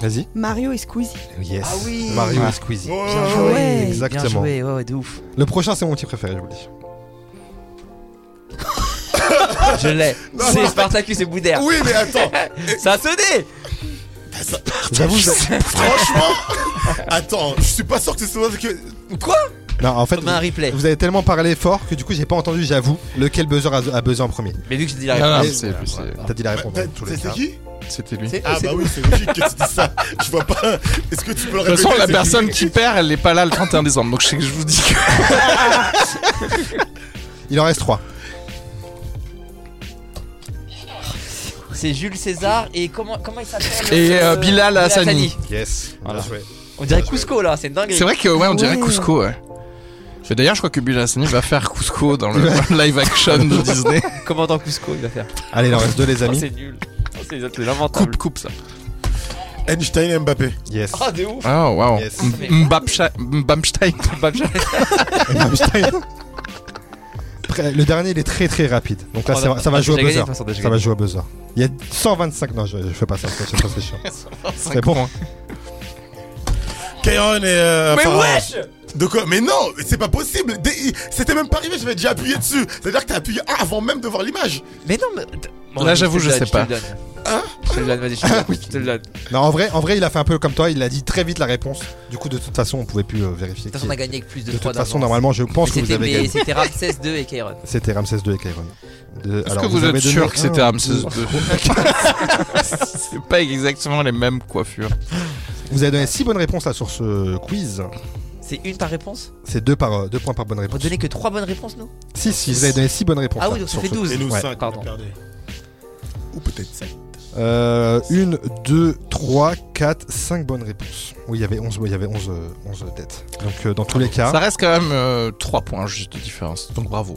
S1: Vas-y.
S4: Mario et Squeezie.
S1: Yes.
S2: Ah oui.
S1: Mario
S3: Ouais.
S1: et Squeezie.
S2: pas.
S5: Oh, Ouais.
S2: Bien joué.
S1: Exactement.
S2: Bien joué, ouais, ouais, de ouf.
S1: Le prochain, c'est mon petit préféré, je vous le dis.
S2: Je l'ai.
S5: Non,
S2: C'est
S5: non.
S2: Spartacus et Boudère.
S5: Ah Oui, mais attends,
S2: Ça a sonné
S1: J'avoue, je-
S5: franchement. Attends, je suis pas sûr que c'est souvent que.
S2: Quoi
S1: Non, en fait,
S2: Comme un
S1: vous,
S2: replay.
S1: vous avez tellement parlé fort que du coup, j'ai pas entendu, j'avoue, lequel buzzer a, a buzzé en premier.
S2: Mais vu que j'ai dit la
S3: Non, non,
S2: réponse.
S1: mais
S3: Ah, c'est-
S2: voilà,
S3: c'est-
S2: voilà.
S1: T'as dit la réponse.
S5: Bah,
S1: dans tous les
S5: C'est
S1: cas.
S5: qui
S3: C'était lui. De
S2: C'est-
S5: Ah
S2: c'est-
S5: bah oui, c'est logique que tu dis ça. Je vois pas. Est-ce que tu peux le
S3: toute
S5: répéter
S3: façon, la
S5: c'est
S3: personne
S5: qui
S3: qui perd, elle n'est pas là le 31 décembre. Donc je sais que je vous dis que.
S1: Il en reste 3.
S2: C'est Jules César et comment, comment il s'appelle
S3: Et,
S2: euh,
S3: euh, Bilal Hassani.
S1: Yes.
S2: Voilà.
S1: Bien joué.
S2: On dirait Cusco là, c'est une dinguerie.
S3: C'est vrai que ouais, on dirait
S4: Ouais.
S3: Cusco. Ouais. Mais d'ailleurs, je crois que Bill Hassani va faire Cusco dans le [laughs] live action de Disney.
S2: Commandant Cusco, il va faire.
S1: Allez, il en reste 2, les
S2: Oh,
S1: amis.
S2: c'est nul. Oh, c'est les autres, c'est l'inventable.
S3: Coupe, coupe ça.
S5: Einstein et Mbappé.
S1: Yes. [laughs]
S2: Oh, de ouf.
S3: Oh wow.
S1: Yes.
S3: M- Mbapsha- Mbamstein.
S1: Après, le dernier, il est très très rapide. Donc là,
S2: Oh,
S1: ça, va-
S2: non,
S1: ça va
S2: non,
S1: jouer au
S2: j'ai gagné,
S1: buzzer.
S2: de toute façon, j'ai
S1: Ça va
S2: gagné.
S1: jouer au buzzer. Il y a 125. Non, je, je fais pas ça. C'est trop, c'est chiant. C'est bon. hein.
S5: Kairon et. euh,
S2: Mais
S5: Pharah.
S2: wesh
S5: De quoi Mais non, c'est pas possible. Dès- il- C'était même pas arrivé, j'avais déjà appuyé dessus. C'est-à-dire que t'as appuyé un avant même de voir l'image.
S2: Mais non, mais. Bon,
S3: Là,
S2: vas-y,
S3: j'avoue,
S2: te le
S3: je
S2: donne,
S3: sais pas.
S2: Je te le donne.
S1: Hein?
S2: Je te le donne, vas-y, je te
S1: Ah
S2: le donne, je te le donne. De toute
S1: Non, en vrai, en vrai, il a fait un peu comme toi. Il a dit très vite la réponse. Du coup, de toute façon, on pouvait plus euh, vérifier. qui
S2: façon, on a
S1: est-
S2: gagné avec plus de
S1: De
S2: 3
S1: toute façon, normalement, je pense que vous
S2: C'était
S1: avez
S2: mais
S1: gagné.
S2: c'était Ramsès 2 et Kairon.
S1: C'était Ramsès 2 et Kairon. De-
S3: Est-ce
S1: alors,
S3: que vous,
S1: avez
S3: êtes
S1: donné
S3: sûr que
S1: un, [laughs]
S3: c'était Ramsès
S1: deux-
S3: II C'est pas exactement les mêmes coiffures.
S1: Vous avez donné 6 bonnes réponses là sur ce quiz.
S2: C'est une par réponse
S1: C'est 2 par, euh, deux points par bonne
S2: On
S1: réponse.
S2: donnait que 3 bonnes réponses, nous
S1: Si, si, vous avez donné 6 bonnes réponses.
S2: Ah oui,
S1: là,
S2: donc ça
S1: sur
S2: fait
S1: ce-
S2: 12.
S1: Ouais.
S5: cinq, on a
S2: Pardon.
S5: perdu. Ou peut-être 5.
S1: Euh, une, deux, trois, quatre, cinq bonnes réponses. Oui, il y avait 11, il y avait 11, euh, 11 têtes. Donc euh, dans tous les
S3: Ça
S1: cas,
S3: reste quand même 3 points juste de différence. Bah, Donc bravo.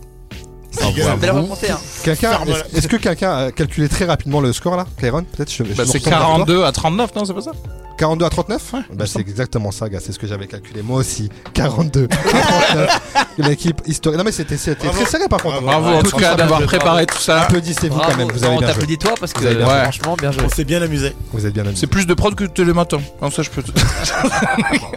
S2: C'est belle remontée, hein.
S1: quelqu'un
S5: Ferme-la.
S1: est-ce est-ce que quelqu'un a calculé très rapidement le score là, Kairon Peut-être je, je
S3: Bah,
S1: me
S3: c'est
S1: retourne vers toi.
S3: 42 à 39, non, c'est pas ça
S1: 42 à 39 Bah c'est exactement ça, gars, c'est ce que j'avais calculé moi aussi. [laughs] 42 à 39. L'équipe historique. Non mais c'était c'était
S5: Bravo.
S1: très serré par contre.
S5: Bravo.
S3: Bravo en
S1: Un peu
S3: tout cas
S1: de-
S3: d'avoir
S1: bravo.
S3: préparé tout ça.
S1: Applaudissez-vous quand même, vous avez
S2: on
S1: bien joué.
S2: t'applaudit toi parce que
S1: Vous avez bien
S2: euh,
S3: joué.
S2: franchement, bien joué.
S5: On s'est bien amusé.
S1: Vous êtes bien amusés.
S3: C'est plus de prod que de télématin. Comme ça, je peux. te-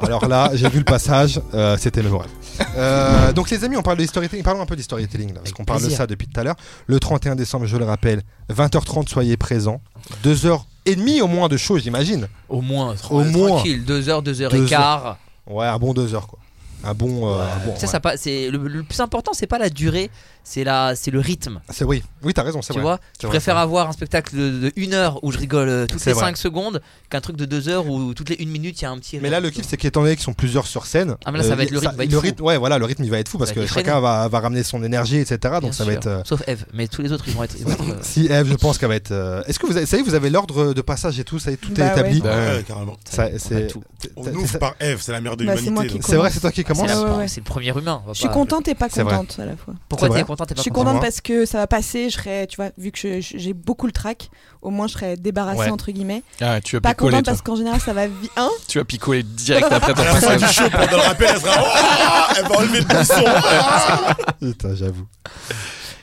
S1: Alors là, j'ai vu le passage, euh, c'était mémorable. Euh, donc les amis, on parle de storytelling, parlons un peu de storytelling là, parce
S2: Avec
S1: qu'on parle de
S2: plaisir.
S1: ça depuis tout à l'heure. Le 31 décembre, je le rappelle, 20h30, soyez présents. 2h30 au moins de show, j'imagine.
S2: Au moins,
S1: Au moins.
S2: tranquille, 2h, 2h15.
S1: Deux
S2: et quart.
S1: Ouais, un bon 2h quoi. Un bon... euh, un bon,
S2: Ça,
S1: ouais.
S2: ça pas- c'est le, le plus important, c'est pas la durée, c'est la, c'est le rythme.
S1: C'est oui, oui t'as raison, c'est
S2: Tu
S1: vrai.
S2: vois,
S1: C'est
S2: je
S1: vrai,
S2: préfère
S1: c'est
S2: avoir un spectacle de, de une heure où je rigole euh, toutes
S1: C'est
S2: les
S1: vrai.
S2: 5 secondes qu'un truc de deux heures où toutes les une minute il y a un petit.
S1: Mais là le kiff c'est qu'étant donné qu'ils sont plusieurs sur scène,
S2: Ah, mais là, ça va être- le rythme va être fou.
S1: ouais voilà le rythme il va être fou parce
S2: va
S1: que
S2: être effréné.
S1: chacun va, va ramener son énergie etc donc
S2: Bien
S1: ça va
S2: sûr.
S1: être
S2: [laughs]
S1: euh,
S2: Sauf Eve, mais tous les autres ils vont être. ils
S1: [laughs]
S2: vont être, euh,
S1: si Eve je pense qu'elle va être euh, est-ce que vous avez, ça y est vous avez l'ordre de passage et tout ça y est tout est
S4: Bah ouais.
S1: établi
S3: Bah ouais.
S5: Ah Ouais, carrément.
S1: Ça,
S2: on a
S1: c'est-
S2: tout. Ah,
S1: t'es-
S5: On
S1: t'es-
S5: ouvre par Eve, c'est la mère de
S4: Bah, c'est moi
S5: l'humanité.
S4: qui-
S1: C'est vrai, c'est toi qui
S2: c'est,
S1: commence.
S2: la-
S4: Ouais, ouais, ouais.
S2: c'est le premier humain. on va
S4: Je suis
S2: pas-
S4: contente et pas
S1: C'est vrai.
S4: contente à la fois.
S2: Pourquoi
S1: C'est
S2: t'es
S1: vrai.
S2: content t'es pas
S4: Je suis
S2: content
S1: Dis-moi.
S4: contente parce que ça va passer, je serais, tu vois, vu que je- je- j'ai beaucoup le track, au moins je serais débarrassée
S1: Ouais.
S4: entre guillemets.
S3: Ah, tu as
S4: Pas
S3: picolé,
S4: contente
S3: toi.
S4: parce qu'en général ça va vite. Hein
S3: Tu as picolé direct après
S5: [laughs]
S3: ton
S5: À la fin du
S3: passage.
S5: show, pendant le rappel, elle sera. Ah elle va enlever le [laughs] bousson.
S1: Putain, j'avoue.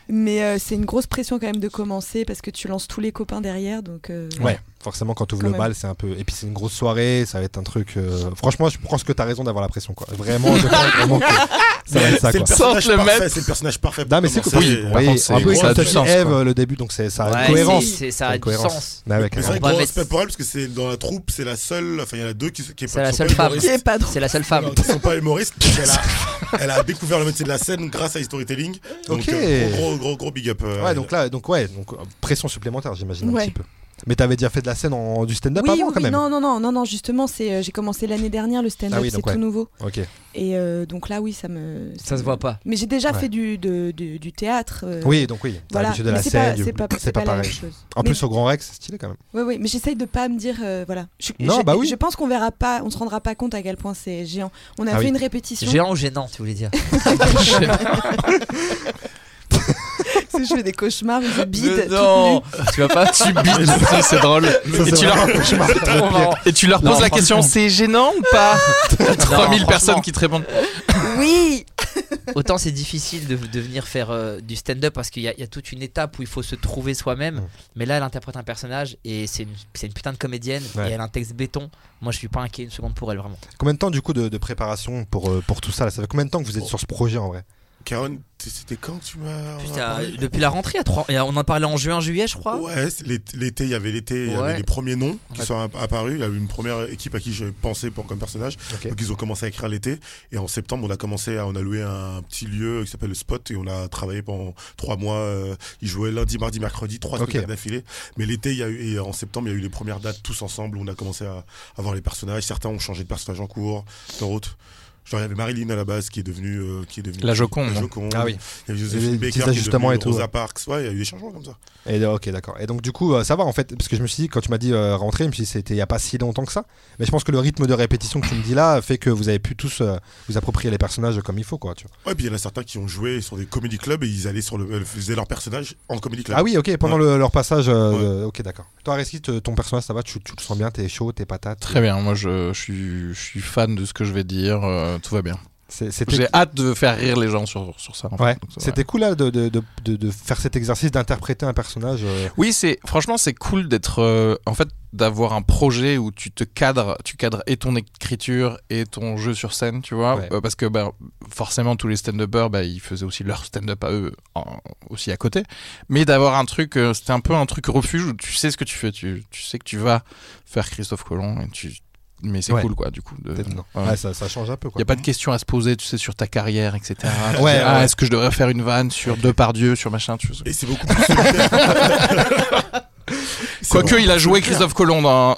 S4: Mais euh, c'est une grosse pression quand même de commencer parce que tu lances tous les copains derrière, donc. euh,
S1: Ouais. Forcément, quand tu ouvres
S4: Quand
S1: le
S4: même.
S1: bal, c'est un peu. Et puis, c'est une grosse soirée, ça va être un truc. euh, Franchement, je pense que t'as raison d'avoir la pression, quoi. Vraiment, je pense vraiment que ça va être ça,
S5: C'est le
S1: quoi.
S5: personnage
S3: Sans te le
S5: parfait.
S3: mettre.
S5: C'est le personnage parfait. pour
S1: Non, mais c'est cool.
S5: commencer.
S1: Oui,
S5: Mais
S3: par
S1: oui,
S3: contre, c'est-
S1: en plus,
S5: ça
S1: ça
S5: a
S1: a
S5: du
S3: sens, quoi.
S1: le début, donc c'est- ça a
S2: Ouais,
S1: une Ah, cohérence.
S2: c'est- c'est- ça
S1: Ça
S2: a
S1: une
S2: du
S1: cohérence.
S2: sens.
S1: Mais avec,
S5: c'est
S1: hein.
S5: vrai que
S2: va
S5: gros
S2: mettre-
S5: respect pour elle parce que c'est dans la troupe, c'est la seule. Enfin, il y en a deux qui, qui, qui
S2: C'est la
S5: sont
S2: seule
S5: pas
S2: femme.
S4: Qui
S5: humoristes.
S4: est pas drôle.
S2: C'est la seule femme.
S5: Non, qui sont pas humoristes. mais
S1: [laughs]
S5: elle, a, elle a découvert le métier de la scène grâce à le storytelling. Donc,
S1: Ok.
S5: euh, gros, gros, gros, gros big up. euh, à
S1: Ouais,
S5: elle.
S1: donc là, donc ouais, donc euh, pression supplémentaire, j'imagine un
S4: Ouais.
S1: petit peu. Mais t'avais déjà fait de la scène en, du stand-up
S4: oui,
S1: avant
S4: oui,
S1: quand
S4: oui.
S1: même.
S4: Non, non, non, non, non, justement, c'est, euh, j'ai commencé l'année dernière le stand-up,
S1: Ah oui,
S4: c'est
S1: donc
S4: tout
S1: ouais.
S4: nouveau.
S1: Ok.
S4: Et euh, donc là, oui, ça me.
S2: Ça se voit pas.
S4: Mais j'ai déjà
S1: Ouais.
S4: fait du, de- du- du théâtre. euh,
S1: Oui, donc oui. T'as
S4: voilà.
S1: l'habitude de
S4: Mais
S1: la
S4: c'est
S1: scène.
S4: pas-
S1: du-
S4: c'est pas, c'est pas la même chose.
S1: En
S4: Mais-
S1: plus, au Grand Rex, c'est stylé quand même.
S4: Oui, oui, mais j'essaye de pas me dire, euh, voilà. Je,
S1: Non,
S4: je-
S1: bah oui.
S4: je pense qu'on verra pas, on se rendra pas compte à quel point c'est géant. On a
S1: Ah
S4: fait
S1: oui.
S4: une répétition.
S2: Géant ou gênant, tu
S1: [laughs]
S2: voulais dire
S4: Parce que [laughs] je fais des cauchemars, [laughs] où je bide.
S2: Mais Non, tu vas pas.
S3: Tu bites, ça, c'est drôle. et, tu leur...
S2: C'est trop marrant.
S3: et tu leur
S2: Non,
S3: poses la question
S2: franchement.
S3: c'est gênant ou [laughs] pas T'as
S2: Non,
S3: 3000
S2: franchement.
S3: personnes qui te répondent.
S4: toute nue. Oui.
S2: Autant c'est difficile de, de venir faire euh, du stand-up parce qu'il y, a- il y a toute une étape où il faut se trouver soi-même.
S1: Mm.
S2: Mais là, elle interprète un personnage et c'est une, c'est une putain de comédienne
S1: Ouais.
S2: et elle a un texte béton. Moi, je suis pas inquiet une seconde pour elle, vraiment.
S1: Combien de temps du coup de, de préparation pour, euh, pour tout ça là Ça fait combien de temps que vous êtes sur ce projet en vrai
S5: Caron, t- c'était quand que tu m'as. on en a
S2: Putain, euh,
S5: parlé
S2: depuis la rentrée, à trois- et on en parlait en juin, juillet, je crois.
S5: Ouais, c'est l'été, l'été, il y avait l'été, il y
S2: Ouais.
S5: avait les premiers noms
S2: On
S5: qui
S2: a-
S5: sont app- apparus. Il y avait une première équipe à qui je pensais pour, comme personnage.
S1: Ok.
S5: Donc ils ont commencé à écrire l'été. Et en septembre, on a commencé à, on a loué un petit lieu qui s'appelle le Spot et on a travaillé pendant trois mois. euh, ils jouaient lundi, mardi, mercredi, trois
S1: Ok.
S5: spectacles d'affilée. Mais l'été, il y a eu, et en septembre, il y a eu les premières dates tous ensemble. On a commencé à avoir les personnages. Certains ont changé de personnage en cours, d'autres. Genre, il y avait Marilyn à la base qui est devenue, euh, qui est devenue
S3: La Joconde.
S5: La Joconde.
S1: Ah oui. Il y
S5: Il y avait
S1: avait
S5: Josephine
S1: des
S5: Baker
S1: petits
S5: qui est
S1: ajustements
S5: devenue
S1: et tout,
S5: Rosa
S1: ouais.
S5: Parks. Ouais, il y a eu des changements comme ça.
S1: Et euh, ok, d'accord. Et donc du coup, euh, ça va en fait, parce que je me suis dit quand tu m'as dit euh, rentrer, je me suis dit c'était il y a pas si longtemps que ça. Mais je pense que le rythme de répétition que tu me dis là fait que vous avez pu tous euh, vous approprier les personnages comme il faut, quoi. Tu vois.
S5: Ouais, puis il y en a certains qui ont joué sur des comédie clubs et ils allaient sur le, euh, faisaient leur personnage en comédie club.
S1: Ah oui, ok. Pendant le- leur passage, euh, ok, d'accord. Toi, Reski, te- ton personnage, ça va Tu, tu le sens bien T'es chaud, t'es patate. euh,
S3: Très bien, moi je, je suis, je suis fan de ce que je vais dire, euh, tout va bien.
S1: C'est- C'était
S3: J'ai hâte de faire rire les gens sur, sur ça. en fait.
S1: Ouais,
S3: Donc, ça,
S1: c'était cool là de, de, de, de- de faire cet exercice d'interpréter un personnage. euh,
S3: Oui, c'est franchement c'est cool d'être euh, en fait d'avoir un projet où tu te cadres, tu cadres et ton écriture et ton jeu sur scène, tu vois,
S1: Ouais.
S3: Euh, parce que bah, forcément tous les stand-uppers bah, ils faisaient aussi leur stand-up à eux en- aussi à côté, mais d'avoir un truc, euh, c'était un peu un truc refuge où tu sais ce que tu fais, tu, tu sais que tu vas faire Christophe Colomb et tu mais c'est
S1: Ouais.
S3: cool quoi du coup. De,
S1: peut-être, non.
S3: ouais.
S1: Ouais, ça, ça change un peu
S3: Il
S1: quoi.
S3: n'y a pas de questions à se poser, tu sais, sur ta carrière, etc.
S1: [laughs]
S3: Tu
S1: Ouais,
S3: dis, ah,
S1: ouais.
S3: Est-ce que je devrais faire une vanne sur Depardieu, sur machin tu vois.
S5: Et c'est beaucoup plus
S1: [laughs]
S5: solitaire. C'est
S3: Quoique,
S5: vrai.
S3: il a joué Christophe Colomb dans...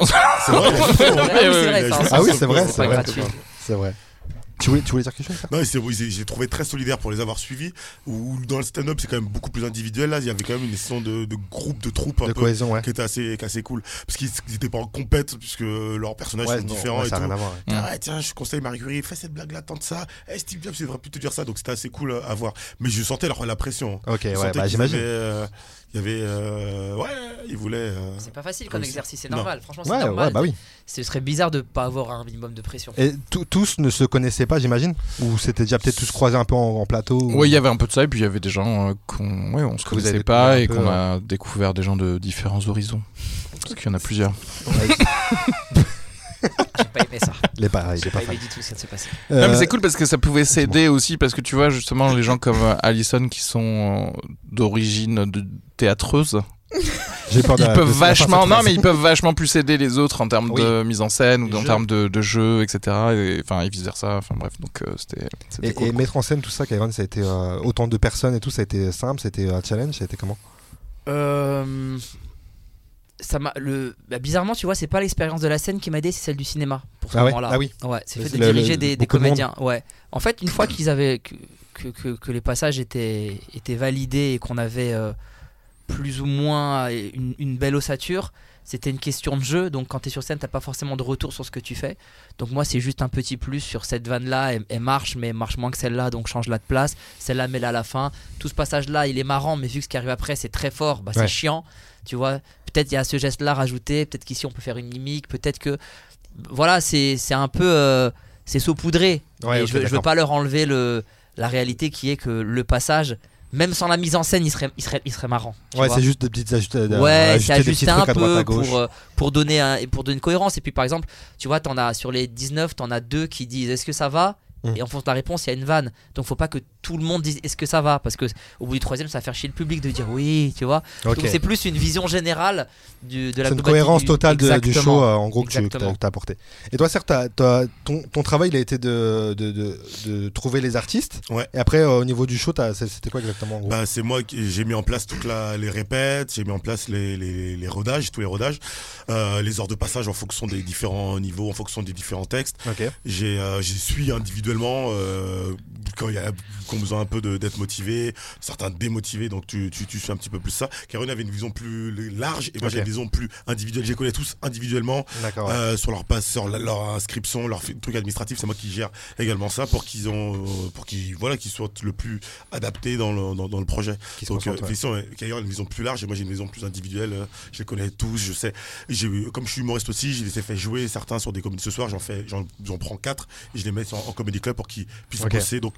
S1: [laughs]
S5: C'est vrai, il a joué
S2: Ah oui, c'est vrai, ça,
S3: ouais,
S5: Colomb. ouais, je-
S2: hein.
S1: Ah oui,
S5: Ça,
S1: c'est vrai,
S5: c'est
S1: c'est
S2: pas
S1: vrai.
S2: gratuit.
S1: C'est vrai. Tu voulais, tu voulais dire quelque chose là
S5: Non, et c'est- j'ai j'ai trouvé très solidaire pour les avoir suivis. Où dans le stand-up, c'est quand même beaucoup plus individuel. Là, il y avait quand même une session de, de groupe, de troupe un
S1: De
S5: peu,
S1: cohésion, ouais.
S5: qui était assez, qui est assez cool. Parce qu'ils n'étaient pas en compète, puisque leurs personnages
S1: Ouais,
S5: sont
S1: non,
S5: différents
S1: ouais,
S5: et
S1: ça
S5: tout.
S1: n'a rien à voir. ouais.
S5: Ah ouais, tiens, je conseille Marie Curie, fais cette blague-là, tente ça. Eh, Steve Jobs, il devrait plus te dire ça. Donc c'était assez cool à voir. Mais je sentais leur, la pression. hein.
S1: Ok,
S5: Je
S1: ouais,
S5: sentais
S1: bah
S5: qu'ils
S1: j'imagine.
S5: avaient, euh, Il y avait. euh, ouais, ils voulaient. euh,
S2: C'est pas facile comme
S5: Oui, c'est-
S2: exercice, c'est
S5: non.
S2: normal. Franchement, c'est
S1: Ouais,
S2: normal.
S1: ouais, bah oui.
S2: Ce serait bizarre de pas avoir un minimum de pression.
S1: Et tous- tous ne se connaissaient pas, j'imagine Ou c'était déjà peut-être tous croisés un peu en, en plateau ou-
S3: Oui, il y avait un peu de ça, et puis il y avait des gens euh, qu'on ouais, on se
S1: Que vous
S3: connaissait
S1: avez
S3: pas
S1: découvert un
S3: et
S1: peu, euh.
S3: qu'on a découvert des gens de différents horizons. Parce qu'il y en a plusieurs.
S2: J'ai pas
S1: [laughs]
S2: aimé ça.
S1: Il est pas, il est
S2: J'ai
S1: pas
S2: pas
S1: fan.
S2: aimé du tout ce qui s'est passé.
S1: Euh,
S3: Non, mais c'est cool parce que ça pouvait s'aider aussi, parce que tu vois, justement, les gens comme euh, Allison qui sont euh, d'origine de théâtreuse,
S1: J'ai peur de
S3: ils
S1: la-
S3: peuvent
S1: Ah bah, de- de la fin de
S3: vachement,
S1: cette
S3: non,
S1: phrase.
S3: mais ils peuvent vachement plus aider les autres en termes
S1: Oui.
S3: de mise en scène ou
S1: Les
S3: en
S1: jeux.
S3: termes de, de jeu, etc. Et, Enfin, et vice versa. Enfin, bref, donc euh, c'était
S1: Et,
S3: c'était
S1: et
S3: cool. quoi.
S1: mettre en scène tout ça, Kyron, ça a été euh, autant de personnes et tout, ça a été simple, c'était un challenge, ça a été comment
S2: Euh, ça m'a le bah, bizarrement tu vois c'est pas l'expérience de la scène qui m'a aidé c'est celle du cinéma pour ce
S1: Ah ouais,
S2: moment-là
S1: ah oui.
S2: ouais c'est fait de
S1: Le- le-
S2: diriger des, des
S1: beaucoup de
S2: comédiens ouais en fait une fois qu'ils avaient que, que, que- que les passages étaient étaient validés et qu'on avait euh, plus ou moins une, une belle ossature c'était une question de jeu donc quand t'es sur scène t'as pas forcément de retour sur ce que tu fais donc moi c'est juste un petit plus sur cette vanne là elle, elle marche mais elle marche moins que celle là donc change la de place celle-là mets-la à la fin tout ce passage là il est marrant mais vu que ce qui arrive après c'est très fort bah,
S1: Ouais.
S2: c'est chiant tu vois peut-être il y a ce geste là rajouté peut-être qu'ici on peut faire une mimique peut-être que voilà c'est c'est un peu euh, c'est saupoudré
S1: Ouais,
S2: et
S1: ok,
S2: je, veux- je veux
S1: d'accord.
S2: pas leur enlever le la réalité qui est que le passage même sans la mise en scène il serait il serait il serait marrant tu
S1: Ouais,
S2: vois.
S1: c'est juste des petites ajust...
S2: Ouais,
S1: ajustés
S2: c'est
S1: des petits
S2: ajusté un
S1: trucs à droite,
S2: peu
S1: à gauche.
S2: pour, euh, pour, donner un, et pour donner une cohérence. Et puis par exemple, tu vois, t'en as, sur les 19, t'en as deux qui disent est-ce que ça va
S1: Mm.
S2: Et en fonction de la réponse, il y a une vanne. Donc faut pas que tout le monde dise est-ce que ça va Parce que au bout du troisième, ça va faire chier le public de dire oui, tu vois.
S1: Ok.
S2: Donc c'est plus une vision générale du, de la
S1: C'est une
S2: globalité
S1: cohérence
S2: du-
S1: totale de- du
S2: Exactement.
S1: show, euh, en gros, que tu
S2: Exactement.
S1: as, apporté. Et toi, Serge, t'as- t'as- ton, ton travail, il a été de, de, de- de trouver les artistes.
S5: Ouais.
S1: Et après, euh, au niveau du show, t'as- c'est- c'était quoi exactement en gros
S5: Bah, c'est moi qui j'ai mis en place toutes la- les répètes, j'ai mis en place les, les, les rodages, tous les rodages, euh, les heures de passage en fonction des différents niveaux, en fonction des différents textes.
S1: Ok.
S5: J'ai euh, j'y suis individuellement euh, quand il y a qu'on a besoin un peu de- d'être motivé, certains démotivés, donc tu, tu, tu suis un petit peu plus ça. Karen avait une vision plus large et moi
S1: Ok.
S5: j'ai une vision plus individuelle. Je les connais tous individuellement
S1: D'accord. ouais.
S5: euh, sur leur passe, sur la- leur inscription, leur truc administratif, c'est moi qui gère également ça pour qu'ils ont, euh, pour qu'ils voilà, qu'ils soient le plus adaptés dans le dans, dans le projet.
S1: Qui se
S5: Donc euh,
S1: concentre, ouais.
S5: Christian, euh, Kayer a une vision plus large et moi j'ai une vision plus individuelle. euh, Je les connais tous, je sais. J'ai eu- comme je suis humoriste aussi, je les ai fait jouer certains sur des comédies ce soir. J'en fais, j'en j'en prends quatre et je les mets sur- en comédie club pour qu'ils puissent
S1: Ok.
S5: bosser. Donc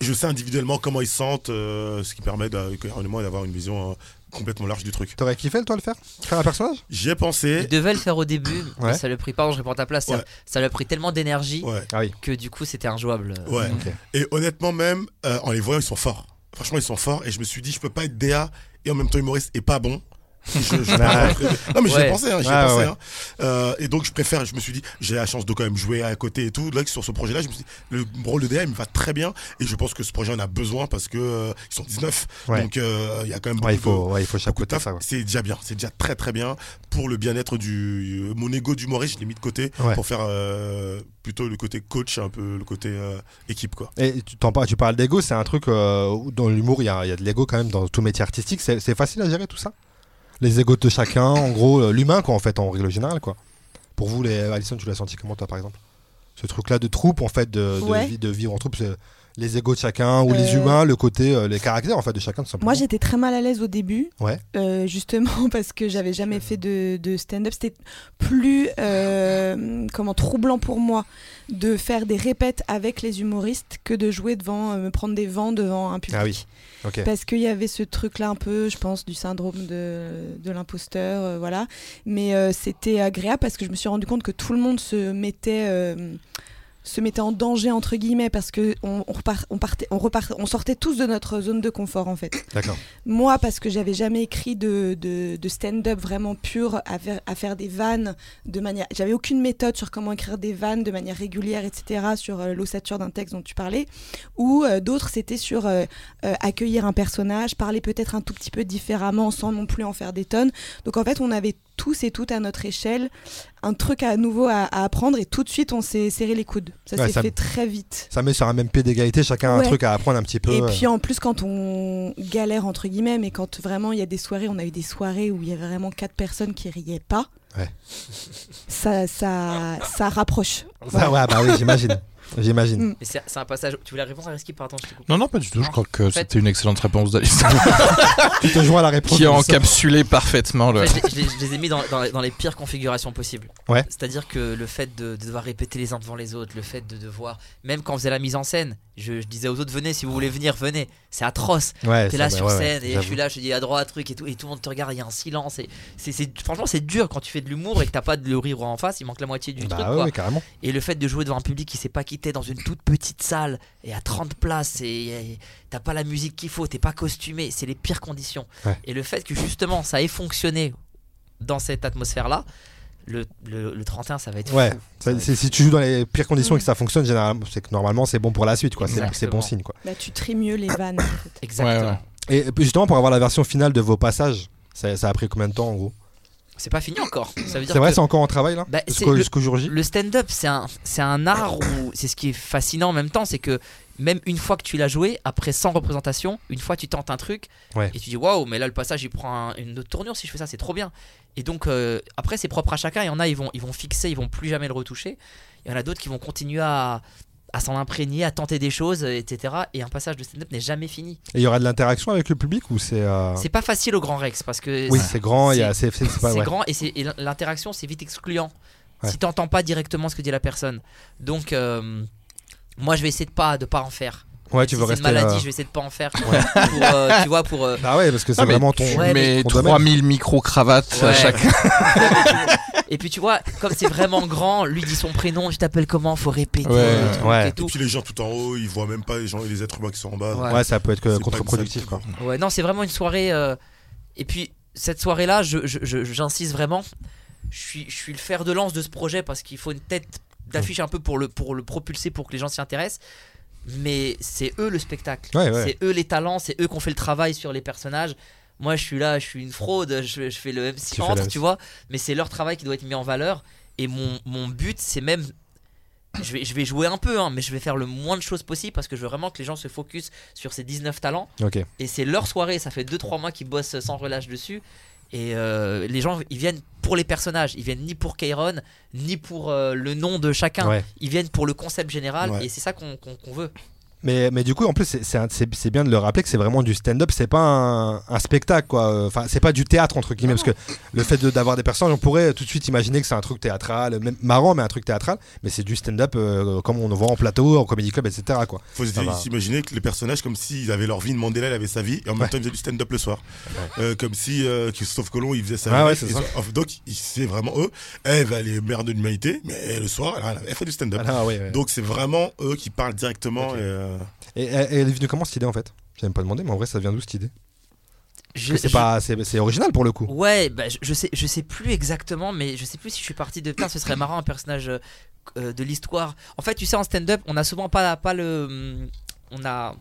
S5: je sais individuellement comment ils se sentent, euh, ce qui permet d'a- Kayer et moi d'avoir une vision euh, complètement large du truc.
S1: T'aurais kiffé, toi, le faire Faire un personnage
S5: J'y ai
S2: Il
S5: pensé.
S2: devait le faire au début, mais
S1: Ouais.
S2: ça le pris, pardon, je réponds à ta place, ça-
S5: Ouais.
S2: ça l'a pris tellement d'énergie
S5: Ouais.
S2: que du coup c'était injouable.
S5: Ouais.
S1: Ok.
S5: Et honnêtement, même euh, en les voyant, ils sont forts. Franchement, ils sont forts. Et je me suis dit, je peux pas être DA et en même temps humoriste et pas bon.
S1: [laughs]
S5: Je- je- je- non mais j'y ai
S2: Ouais.
S5: pensé, hein, j'y ai
S1: Ouais, Ah,
S5: pensé,
S1: ouais.
S5: hein. Euh, et donc je préfère, je me suis dit j'ai la chance de quand même jouer à côté et tout là sur ce projet là je me suis dit, le rôle de DA il me va très bien et je pense que ce projet en a besoin parce que euh, ils sont 19
S1: Ouais.
S5: donc euh, il y a quand même
S1: Ouais, il
S5: beaucoup de-
S1: faut, ouais, il faut chapeauter
S5: Taf,
S1: ça. ouais.
S5: C'est déjà bien, c'est déjà très très bien pour le bien-être du mon ego d'humoriste, je l'ai mis de côté
S1: Ouais.
S5: pour faire euh, plutôt le côté coach, un peu le côté euh, équipe quoi.
S1: Et tu, t'en parles, tu parles d'ego, c'est un truc euh, où dans l'humour, il y a, il y a de l'ego quand même dans tout métier artistique. C'est, c'est facile à gérer tout ça Les égos de chacun, en gros, euh, l'humain, quoi, en fait, en règle générale, quoi. Pour vous, les, Alison, tu l'as senti comment, toi, par exemple Ce truc-là de troupe, en fait, de, de
S4: Ouais.
S1: vi- de vivre en troupe, c'est les égos de chacun, ou les
S4: Euh.
S1: humains, le côté, euh, les caractères, en fait, de chacun, tout simplement.
S4: Moi, j'étais très mal à l'aise au début,
S1: Ouais.
S4: euh, justement [laughs] parce que j'avais jamais fait de, de stand-up. C'était plus euh, [laughs] comment troublant pour moi de faire des répètes avec les humoristes que de jouer devant, euh, me prendre des vents devant un public.
S1: Ah oui. Ok.
S4: Parce qu'il y avait ce truc-là un peu, je pense, du syndrome de, de l'imposteur, euh, voilà. Mais euh, c'était agréable parce que je me suis rendu compte que tout le monde se mettait, euh, se mettait en danger entre guillemets parce que on, on repart- on partait, on repart- on sortait tous de notre zone de confort en fait.
S1: D'accord.
S4: Moi, parce que j'avais jamais écrit de, de- de stand-up vraiment pur, à faire, à faire des vannes de manière. J'avais aucune méthode sur comment écrire des vannes de manière régulière, etc., sur euh, l'ossature d'un texte dont tu parlais. Ou euh, d'autres, c'était sur euh, euh, accueillir un personnage, parler peut-être un tout petit peu différemment sans non plus en faire des tonnes. Donc en fait, on avait tous et toutes à notre échelle un truc à nouveau à, à apprendre et tout de suite, on s'est serré les coudes. Ça
S1: Ouais,
S4: s'est
S1: ça-
S4: fait très vite.
S1: Ça met sur un même pied d'égalité, chacun
S4: Ouais.
S1: un truc à apprendre un petit peu.
S4: Et
S1: euh.
S4: puis en plus, quand on galère, entre guillemets, mais quand vraiment il y a des soirées, on a eu des soirées où il y avait vraiment quatre personnes qui riaient pas,
S1: Ouais.
S4: ça, ça, ça rapproche.
S1: Ah ouais, bah oui,
S4: [laughs]
S1: j'imagine. J'imagine.
S4: Mm.
S2: Mais c'est c'est un passage. Tu voulais répondre à Reski Pardon, je te coupe.
S3: Non, non, pas du tout. Je crois que
S2: fait-
S3: c'était une excellente réponse d'Alison [laughs]
S1: Tu te joins à la [laughs] réponse.
S3: qui a
S1: comme ça.
S3: encapsulé parfaitement
S2: En
S3: le.
S2: fait, je, les, je les- je les ai mis dans, dans les, dans les pires configurations possibles.
S1: Ouais.
S2: C'est-à-dire que le fait de, de devoir répéter les uns devant les autres, le fait de devoir, même quand on faisait la mise en scène, je, je disais aux autres venez si vous voulez venir, venez. C'est atroce.
S1: Ouais,
S2: T'es
S1: ça,
S2: là
S1: bah,
S2: sur
S1: ouais, ouais,
S2: scène et je
S1: j'avoue.
S2: suis là, je dis à droite truc et tout et tout le monde te regarde. Il y a un silence. Et c'est c'est- franchement c'est dur quand tu fais de l'humour et que t'as pas de le rire en face. Il manque la moitié du
S1: Bah
S2: truc.
S1: ouais,
S2: quoi.
S1: ouais, carrément.
S2: Et le fait de jouer devant un public qui s'est pas quitté dans une toute petite salle et à 30 places et et t'as pas la musique qu'il faut, t'es pas costumé, c'est les pires conditions.
S1: Ouais.
S2: Et le fait que justement ça ait fonctionné dans cette atmosphère là, le, le, le 31 ça va être [laughs]
S1: Ouais,
S2: fou.
S1: ça-
S2: Ouais.
S1: c'est- si tu joues dans les pires conditions et que ça fonctionne, généralement, c'est que normalement c'est bon pour la suite, quoi. C'est- C'est bon
S2: Exactement.
S1: signe, quoi.
S4: Là, Bah, tu tries mieux les vannes. en fait.
S2: Exactement.
S3: Ouais, ouais.
S1: Et puis, justement, pour avoir la version finale de vos passages, ça, ça a pris combien de temps en gros
S2: C'est pas fini encore. Ça veut dire
S1: C'est vrai,
S2: que
S1: c'est encore en travail là
S2: Bah, c'est
S1: Jusqu'au
S2: le-
S1: jusqu'au jour J
S2: le stand-up c'est un, c'est un art où c'est ce qui est fascinant en même temps, c'est que même une fois que tu l'as joué, après 100 représentations, une fois tu tentes un truc
S1: Ouais.
S2: et tu dis waouh, mais là le passage il prend un- une autre tournure si je fais ça, c'est trop bien. Et donc euh, après c'est propre à chacun, il y en a ils vont, ils vont fixer, ils vont plus jamais le retoucher. Il y en a d'autres qui vont continuer à, à s'en imprégner, à tenter des choses, euh, etc. Et un passage de stand-up n'est jamais fini.
S1: Et il y aura de l'interaction avec le public ou c'est. euh,
S2: C'est pas facile au Grand Rex parce que
S1: Oui, c'est grand, il y a-
S2: c'est-
S1: c'est c'est- c'est pas-
S2: c'est
S1: ouais.
S2: grand et, c'est- et l'interaction c'est vite excluant
S1: Ouais.
S2: si t'entends pas directement ce que dit la personne donc euh, moi je vais essayer de pas de pas en faire
S1: Ouais, tu
S2: si
S1: veux
S2: c'est
S1: rester,
S2: une maladie,
S1: euh,
S2: je vais essayer de pas en faire. [laughs] Pour, euh, tu vois, pour. euh,
S1: Bah ouais, parce que c'est
S3: Ah, mais
S1: vraiment ton.
S2: Ouais,
S3: mais
S1: ton domaine.
S3: 3000 micro-cravates à
S2: Ouais.
S3: chacun.
S2: Et puis tu vois, comme c'est vraiment grand, lui dit son prénom, je t'appelle comment, faut répéter
S3: Ouais.
S2: le truc
S1: Ouais.
S2: et
S5: Et
S2: tout.
S5: puis les gens tout en haut, ils voient même pas les gens les êtres humains qui sont en bas.
S2: Ouais.
S1: Ouais, ça peut être
S5: C'est
S1: euh,
S5: pas une
S1: contre-productif
S5: scène
S1: quoi.
S5: qui-
S2: Ouais, non, c'est vraiment une soirée. euh, Et puis cette soirée-là, je- je- je- j'insiste vraiment. Je suis, je suis le fer de lance de ce projet parce qu'il faut une tête d'affiche un peu pour le, pour le propulser, pour que les gens s'y intéressent. Mais c'est eux le spectacle.
S1: Ouais, ouais.
S2: C'est eux les talents, c'est eux qu'on fait le travail sur les personnages. Moi, je suis là, je suis une fraude, je, je fais le MC
S1: Tu fais
S2: entre,
S1: le MC.
S2: tu vois. Mais c'est leur travail qui doit être mis en valeur. Et mon, mon but, c'est même. Je vais, je vais jouer un peu, hein, mais je vais faire le moins de choses possible parce que je veux vraiment que les gens se focus sur ces 19 talents
S1: Ok.
S2: et c'est leur soirée. Ça fait 2-3 mois qu'ils bossent sans relâche dessus. Et euh, les gens, ils viennent pour les personnages. Ils viennent ni pour Kairon, ni pour euh, le nom de chacun.
S1: Ouais.
S2: Ils viennent pour le concept général.
S5: Ouais.
S2: Et c'est ça qu'on qu'on- qu'on veut.
S1: Mais, mais du coup, en plus, c'est- c'est un- c'est c'est bien de le rappeler que c'est vraiment du stand-up, c'est pas un, un spectacle, quoi. Enfin, c'est pas du théâtre, entre guillemets, parce que le fait de- d'avoir des personnages, on pourrait tout de suite imaginer que c'est un truc théâtral, même marrant, mais un truc théâtral, mais c'est du stand-up euh, comme on le voit en plateau, en comédie club, etc., quoi.
S5: Faut
S1: Ça va.
S5: s'imaginer que les personnages, comme s'ils avaient leur vie, de Mandela, il avait sa vie, et en même
S1: Ouais.
S5: temps, ils faisaient du stand-up le soir. Euh, comme si euh, Christophe Colomb, il faisait sa
S1: Ah
S5: vie.
S1: ouais, c'est
S5: et
S1: ça.
S5: so- donc, il- c'est vraiment eux. Eh Eve, elle est mère de l'humanité, mais elle, le soir, elle, elle fait du stand-up.
S1: Ah, ouais, ouais.
S5: Donc, c'est vraiment eux qui parlent directement.
S1: Ok.
S5: et, euh,
S1: Et, et- et elle est venue comment cette idée, en fait Je même pas demandé, mais en vrai, ça vient d'où cette idée Parce
S2: Je-
S1: que C'est
S2: je-
S1: pas- c'est- c'est original pour le coup.
S2: Ouais, bah, je, je sais, je sais plus exactement, mais je sais plus si je suis parti de. Putain, ce serait marrant un personnage euh, euh, de l'histoire. En fait, tu sais, en stand-up, on a souvent pas, pas le. hum, On a.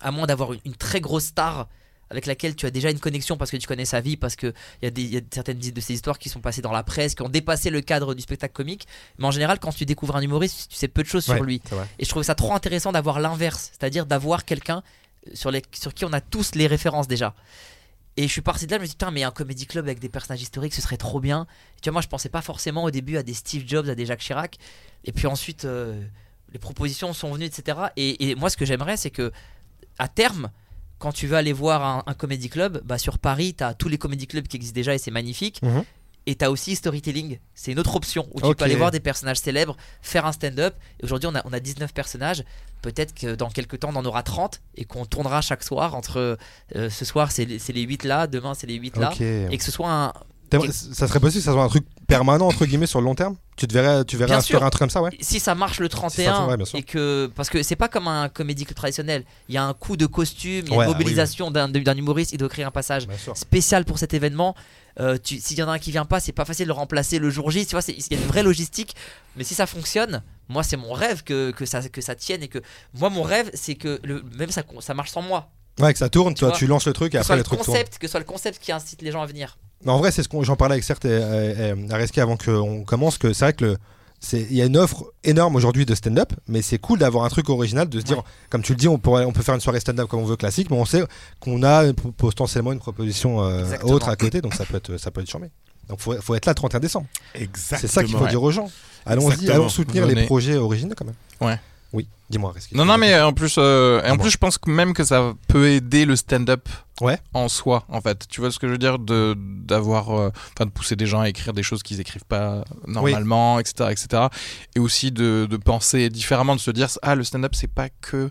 S2: À moins d'avoir une, une très grosse star avec laquelle tu as déjà une connexion parce que tu connais sa vie, parce qu'il y, a des- il y a certaines de ces histoires qui sont passées dans la presse, qui ont dépassé le cadre du spectacle comique. Mais en général, quand tu découvres un humoriste, tu sais peu de choses
S1: Ouais,
S2: sur lui.
S1: c'est vrai.
S2: Et je trouvais ça trop intéressant d'avoir l'inverse, c'est-à-dire d'avoir quelqu'un sur, les- sur qui on a tous les références déjà. Et je suis parti de là, je me suis dit, putain, mais un comédie club avec des personnages historiques, ce serait trop bien. Tu vois, moi, je pensais pas forcément au début à des Steve Jobs, à des Jacques Chirac. Et puis ensuite, euh, les propositions sont venues, etc. Et, et moi, ce que j'aimerais, c'est que, à terme, quand tu vas aller voir un, un comédie club, bah, sur Paris, tu as tous les comédie clubs qui existent déjà et c'est magnifique.
S1: Mhm.
S2: Et tu as aussi storytelling. C'est une autre option où tu
S1: Ok.
S2: peux aller voir des personnages célèbres, faire un stand-up. Et aujourd'hui, on a, on a 19 personnages. Peut-être que dans quelques temps, on en aura 30 et qu'on tournera chaque soir entre euh, ce soir, c'est les, c'est les 8 là, demain, c'est les 8 là.
S1: Ok.
S2: Et que ce soit un,
S1: T'aimerais- Ça serait possible que ça soit un truc permanent, entre guillemets, sur le long terme Tu te verrais, tu verrais
S2: Bien
S1: instaurer
S2: sûr.
S1: un truc comme ça, ouais
S2: si ça marche le
S1: Si ça marche,
S2: 31
S1: ouais, bien sûr.
S2: et que parce que c'est pas comme un comédie club traditionnel, il y a un coup de costume, il y a
S1: Ouais, ah,
S2: une
S1: oui,
S2: mobilisation d'un- d'un humoriste, il doit créer un passage
S1: Bien sûr.
S2: spécial pour cet événement. Euh, tu- S'il y en a un qui vient pas, c'est pas facile de le remplacer le jour J. Tu vois, c'est- il y a une vraie logistique. Mais si ça fonctionne, moi c'est mon rêve que, que ça que ça tienne et que moi mon rêve c'est que le, même ça ça marche sans moi.
S1: Ouais, que ça tourne, toi,
S2: vois,
S1: tu lances le truc et
S2: Que ce
S1: après
S2: soit le
S1: le truc tourne.
S2: concept, que ce soit le concept qui incite les gens à venir.
S1: Mais en vrai, c'est ce qu'on j'en parlais avec certes et, et- et Areski avant qu'on commence que c'est vrai que le c'est- il y a une offre énorme aujourd'hui de stand-up, mais c'est cool d'avoir un truc original, de se dire, comme tu le dis, on, pourrait, on peut faire une soirée stand-up comme on veut classique, mais on sait qu'on a une- potentiellement une proposition euh,
S2: Exactement.
S1: autre à côté, donc ça peut être, ça peut être charmé. Donc faut, faut être là le 31 décembre.
S5: Exactement.
S1: C'est ça qu'il faut
S5: Ouais.
S1: dire aux gens. Allons-y,
S5: Exactement.
S1: allons soutenir les
S3: Venez.
S1: projets originaux quand même.
S3: Ouais.
S1: Oui, dis-moi Areski.
S3: Non, non, mais euh, en plus, euh, et en
S1: Bon.
S3: plus, je pense que même que ça peut aider le stand-up
S1: Ouais.
S3: en soi, en fait. Tu vois ce que je veux dire de d'avoir, euh, enfin, de pousser des gens à écrire des choses qu'ils écrivent pas normalement, etc., etc. Et aussi de, de penser différemment, de se dire ah le stand-up c'est pas que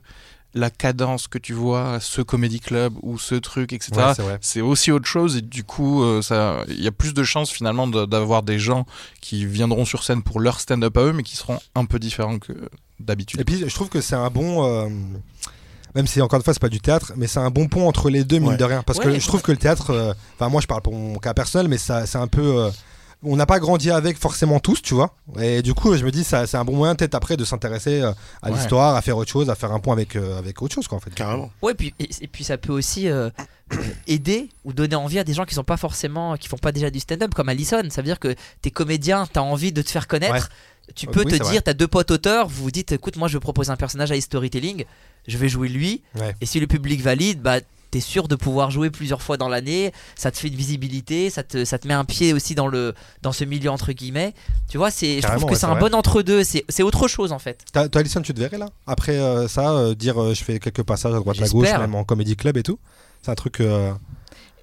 S3: la cadence que tu vois, ce comedy club ou ce truc, etc.
S1: Ouais, c'est vrai.
S3: c'est aussi autre chose et du coup euh, ça il y a plus de chances finalement de- d'avoir des gens qui viendront sur scène pour leur stand-up à eux mais qui seront un peu différents que d'habitude
S1: Et puis je trouve que c'est un bon. euh, même si encore une fois c'est pas du théâtre, mais c'est un bon pont entre les deux mine
S5: Ouais.
S1: de rien. Parce que
S2: Ouais.
S1: je trouve que le théâtre, euh, enfin moi je parle pour mon cas personnel, mais ça c'est un peu. euh, on n'a pas grandi avec forcément tous, tu vois. Et du coup je me dis ça c'est un bon moyen peut-être après de s'intéresser euh, à
S3: Ouais.
S1: l'histoire, à faire autre chose, à faire un pont avec euh, avec autre chose quoi en fait.
S5: Carrément.
S2: Ouais, puis, et, et puis ça peut aussi euh, [coughs] euh, aider ou donner envie à des gens qui sont pas forcément, qui font pas déjà du stand-up, comme Allison. Ça veut dire que t'es comédien, t'as envie de te faire connaître. Tu
S1: Oui,
S2: peux
S1: c'est
S2: te
S1: vrai.
S2: dire, t'as deux potes auteurs, vous vous dites, écoute, moi je propose un personnage à storytelling, je vais jouer lui,
S1: Ouais.
S2: et si le public valide, bah t'es sûr de pouvoir jouer plusieurs fois dans l'année, ça te fait une visibilité, ça te, ça te met un pied aussi dans le dans ce milieu entre guillemets. Tu vois, c'est, je
S1: Carrément,
S2: trouve que
S1: ouais,
S2: c'est
S1: c'est
S2: un
S1: vrai.
S2: bon entre deux, c'est, c'est autre chose en fait.
S1: T'as- Toi Alison tu te verrais là après euh, ça euh, dire euh, je fais quelques passages à droite à gauche
S2: J'espère.
S1: même en comédie club et tout. C'est un truc. euh,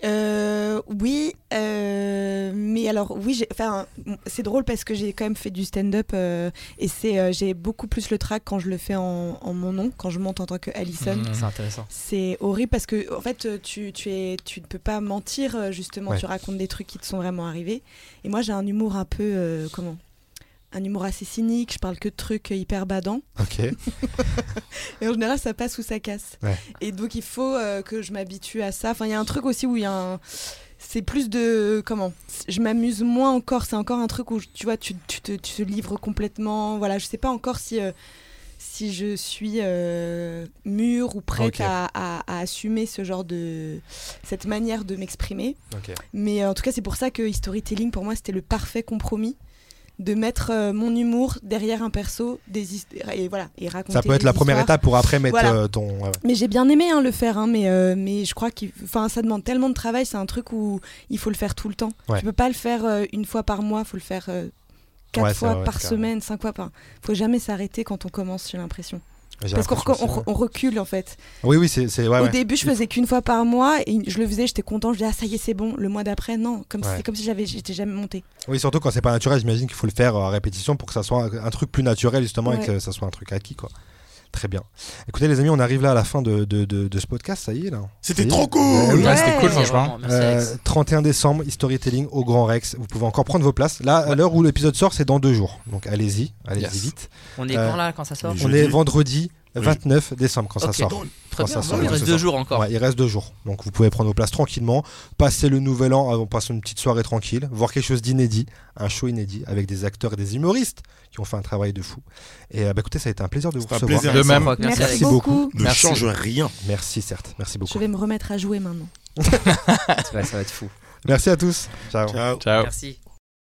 S4: Euh, oui, euh, mais Et alors, oui, j'ai- enfin, c'est drôle parce que j'ai quand même fait du stand-up euh, et c'est, euh, j'ai beaucoup plus le trac quand je le fais en, en mon nom, quand je monte en tant que Allison.
S3: Mhm.
S2: C'est intéressant.
S4: C'est horrible parce que en fait euh, tu, tu es tu ne peux pas mentir euh, justement
S1: Ouais.
S4: tu racontes des trucs qui te sont vraiment arrivés et moi j'ai un humour un peu euh, comment un humour assez cynique je parle que de trucs hyper badants
S1: Ok.
S4: [laughs] et en général ça passe ou ça casse
S1: Ouais.
S4: et donc il faut euh, que je m'habitue à ça enfin il y a un truc aussi où il y a un c'est plus de comment je m'amuse moins encore c'est encore un truc où tu vois tu, tu te, tu te livres complètement voilà je sais pas encore si euh, si je suis euh, mûre ou prête
S1: Ok.
S4: à, à- à assumer ce genre de cette manière de m'exprimer
S1: Ok.
S4: mais euh, en tout cas c'est pour ça que storytelling pour moi c'était le parfait compromis de mettre euh, mon humour derrière un perso des histoires et voilà et raconter
S1: Ça peut être la
S4: des
S1: première
S4: histoires.
S1: étape pour après mettre
S4: Voilà.
S1: euh, ton. ouais, ouais.
S4: Mais j'ai bien aimé hein, le faire, hein, mais, euh, mais je crois que ça demande tellement de travail, c'est un truc où il faut le faire tout le temps.
S1: Ouais.
S4: Tu peux pas le faire euh, une fois par mois, faut le faire euh, quatre
S1: Ouais, c'est
S4: fois
S1: vrai,
S4: par
S1: carrément.
S4: semaine, cinq fois par. faut jamais s'arrêter quand on commence, j'ai l'impression.
S1: J'ai
S4: Parce qu'on
S1: l'impression
S4: reco- on,
S1: aussi,
S4: re- on recule en fait.
S1: ouais. Oui, oui, c'est. c'est- ouais,
S4: Au
S1: ouais.
S4: début, je faisais qu'une fois par mois et je le faisais, j'étais content, je disais ah ça y est, c'est bon. Le mois d'après, non, comme si-
S1: Ouais.
S4: c'est comme si j'avais j'étais jamais montée.
S1: Oui, surtout quand c'est pas naturel, j'imagine qu'il faut le faire euh, à répétition pour que ça soit un un truc plus naturel justement et
S4: Ouais.
S1: que ça- ça soit un truc acquis quoi. Très bien. Écoutez les amis, on arrive là à la fin de, de- de- de ce podcast, ça y est là.
S5: C'était
S1: Oui.
S5: trop
S1: Ouais,
S5: Oh cool
S1: oui.
S3: Ouais, c'était cool,
S2: Merci,
S3: franchement.
S2: vraiment, merci,
S1: Euh,
S2: Alex.
S1: 31 décembre, storytelling au Grand Rex. Vous pouvez encore prendre vos places. Là, à l'heure où l'épisode sort, c'est dans deux jours. Donc allez-y, allez-y
S3: Yes.
S1: vite.
S2: On est
S1: euh,
S2: quand là quand ça sort
S5: les
S1: On
S5: Jeudi.
S1: est vendredi
S5: Oui.
S1: 29 décembre quand
S2: Ok.
S1: ça sort.
S5: Dans-
S1: quand
S2: Très bien,
S1: ça sort,
S2: il
S1: quand
S2: reste
S1: ça
S2: deux
S1: sort.
S2: jours encore.
S1: Ouais, il reste deux jours. Donc vous pouvez prendre vos places tranquillement, passer le nouvel an, euh, on passe une petite soirée tranquille, voir quelque chose d'inédit, un show inédit avec des acteurs et des humoristes qui ont fait un travail de fou. Et euh, bah, écoutez, ça a été un plaisir de vous
S5: C'était un
S1: recevoir.
S5: plaisir.
S3: De même.
S2: Merci,
S4: Merci,
S2: Alex.
S1: beaucoup.
S4: beaucoup.
S5: Ne
S3: Merci.
S5: change rien.
S1: Merci certes, merci beaucoup.
S4: Je vais
S2: [laughs]
S4: me remettre à jouer maintenant.
S2: Ouais, ça va être fou.
S1: Merci à tous. Ciao.
S5: Ciao.
S3: Ciao.
S2: Merci.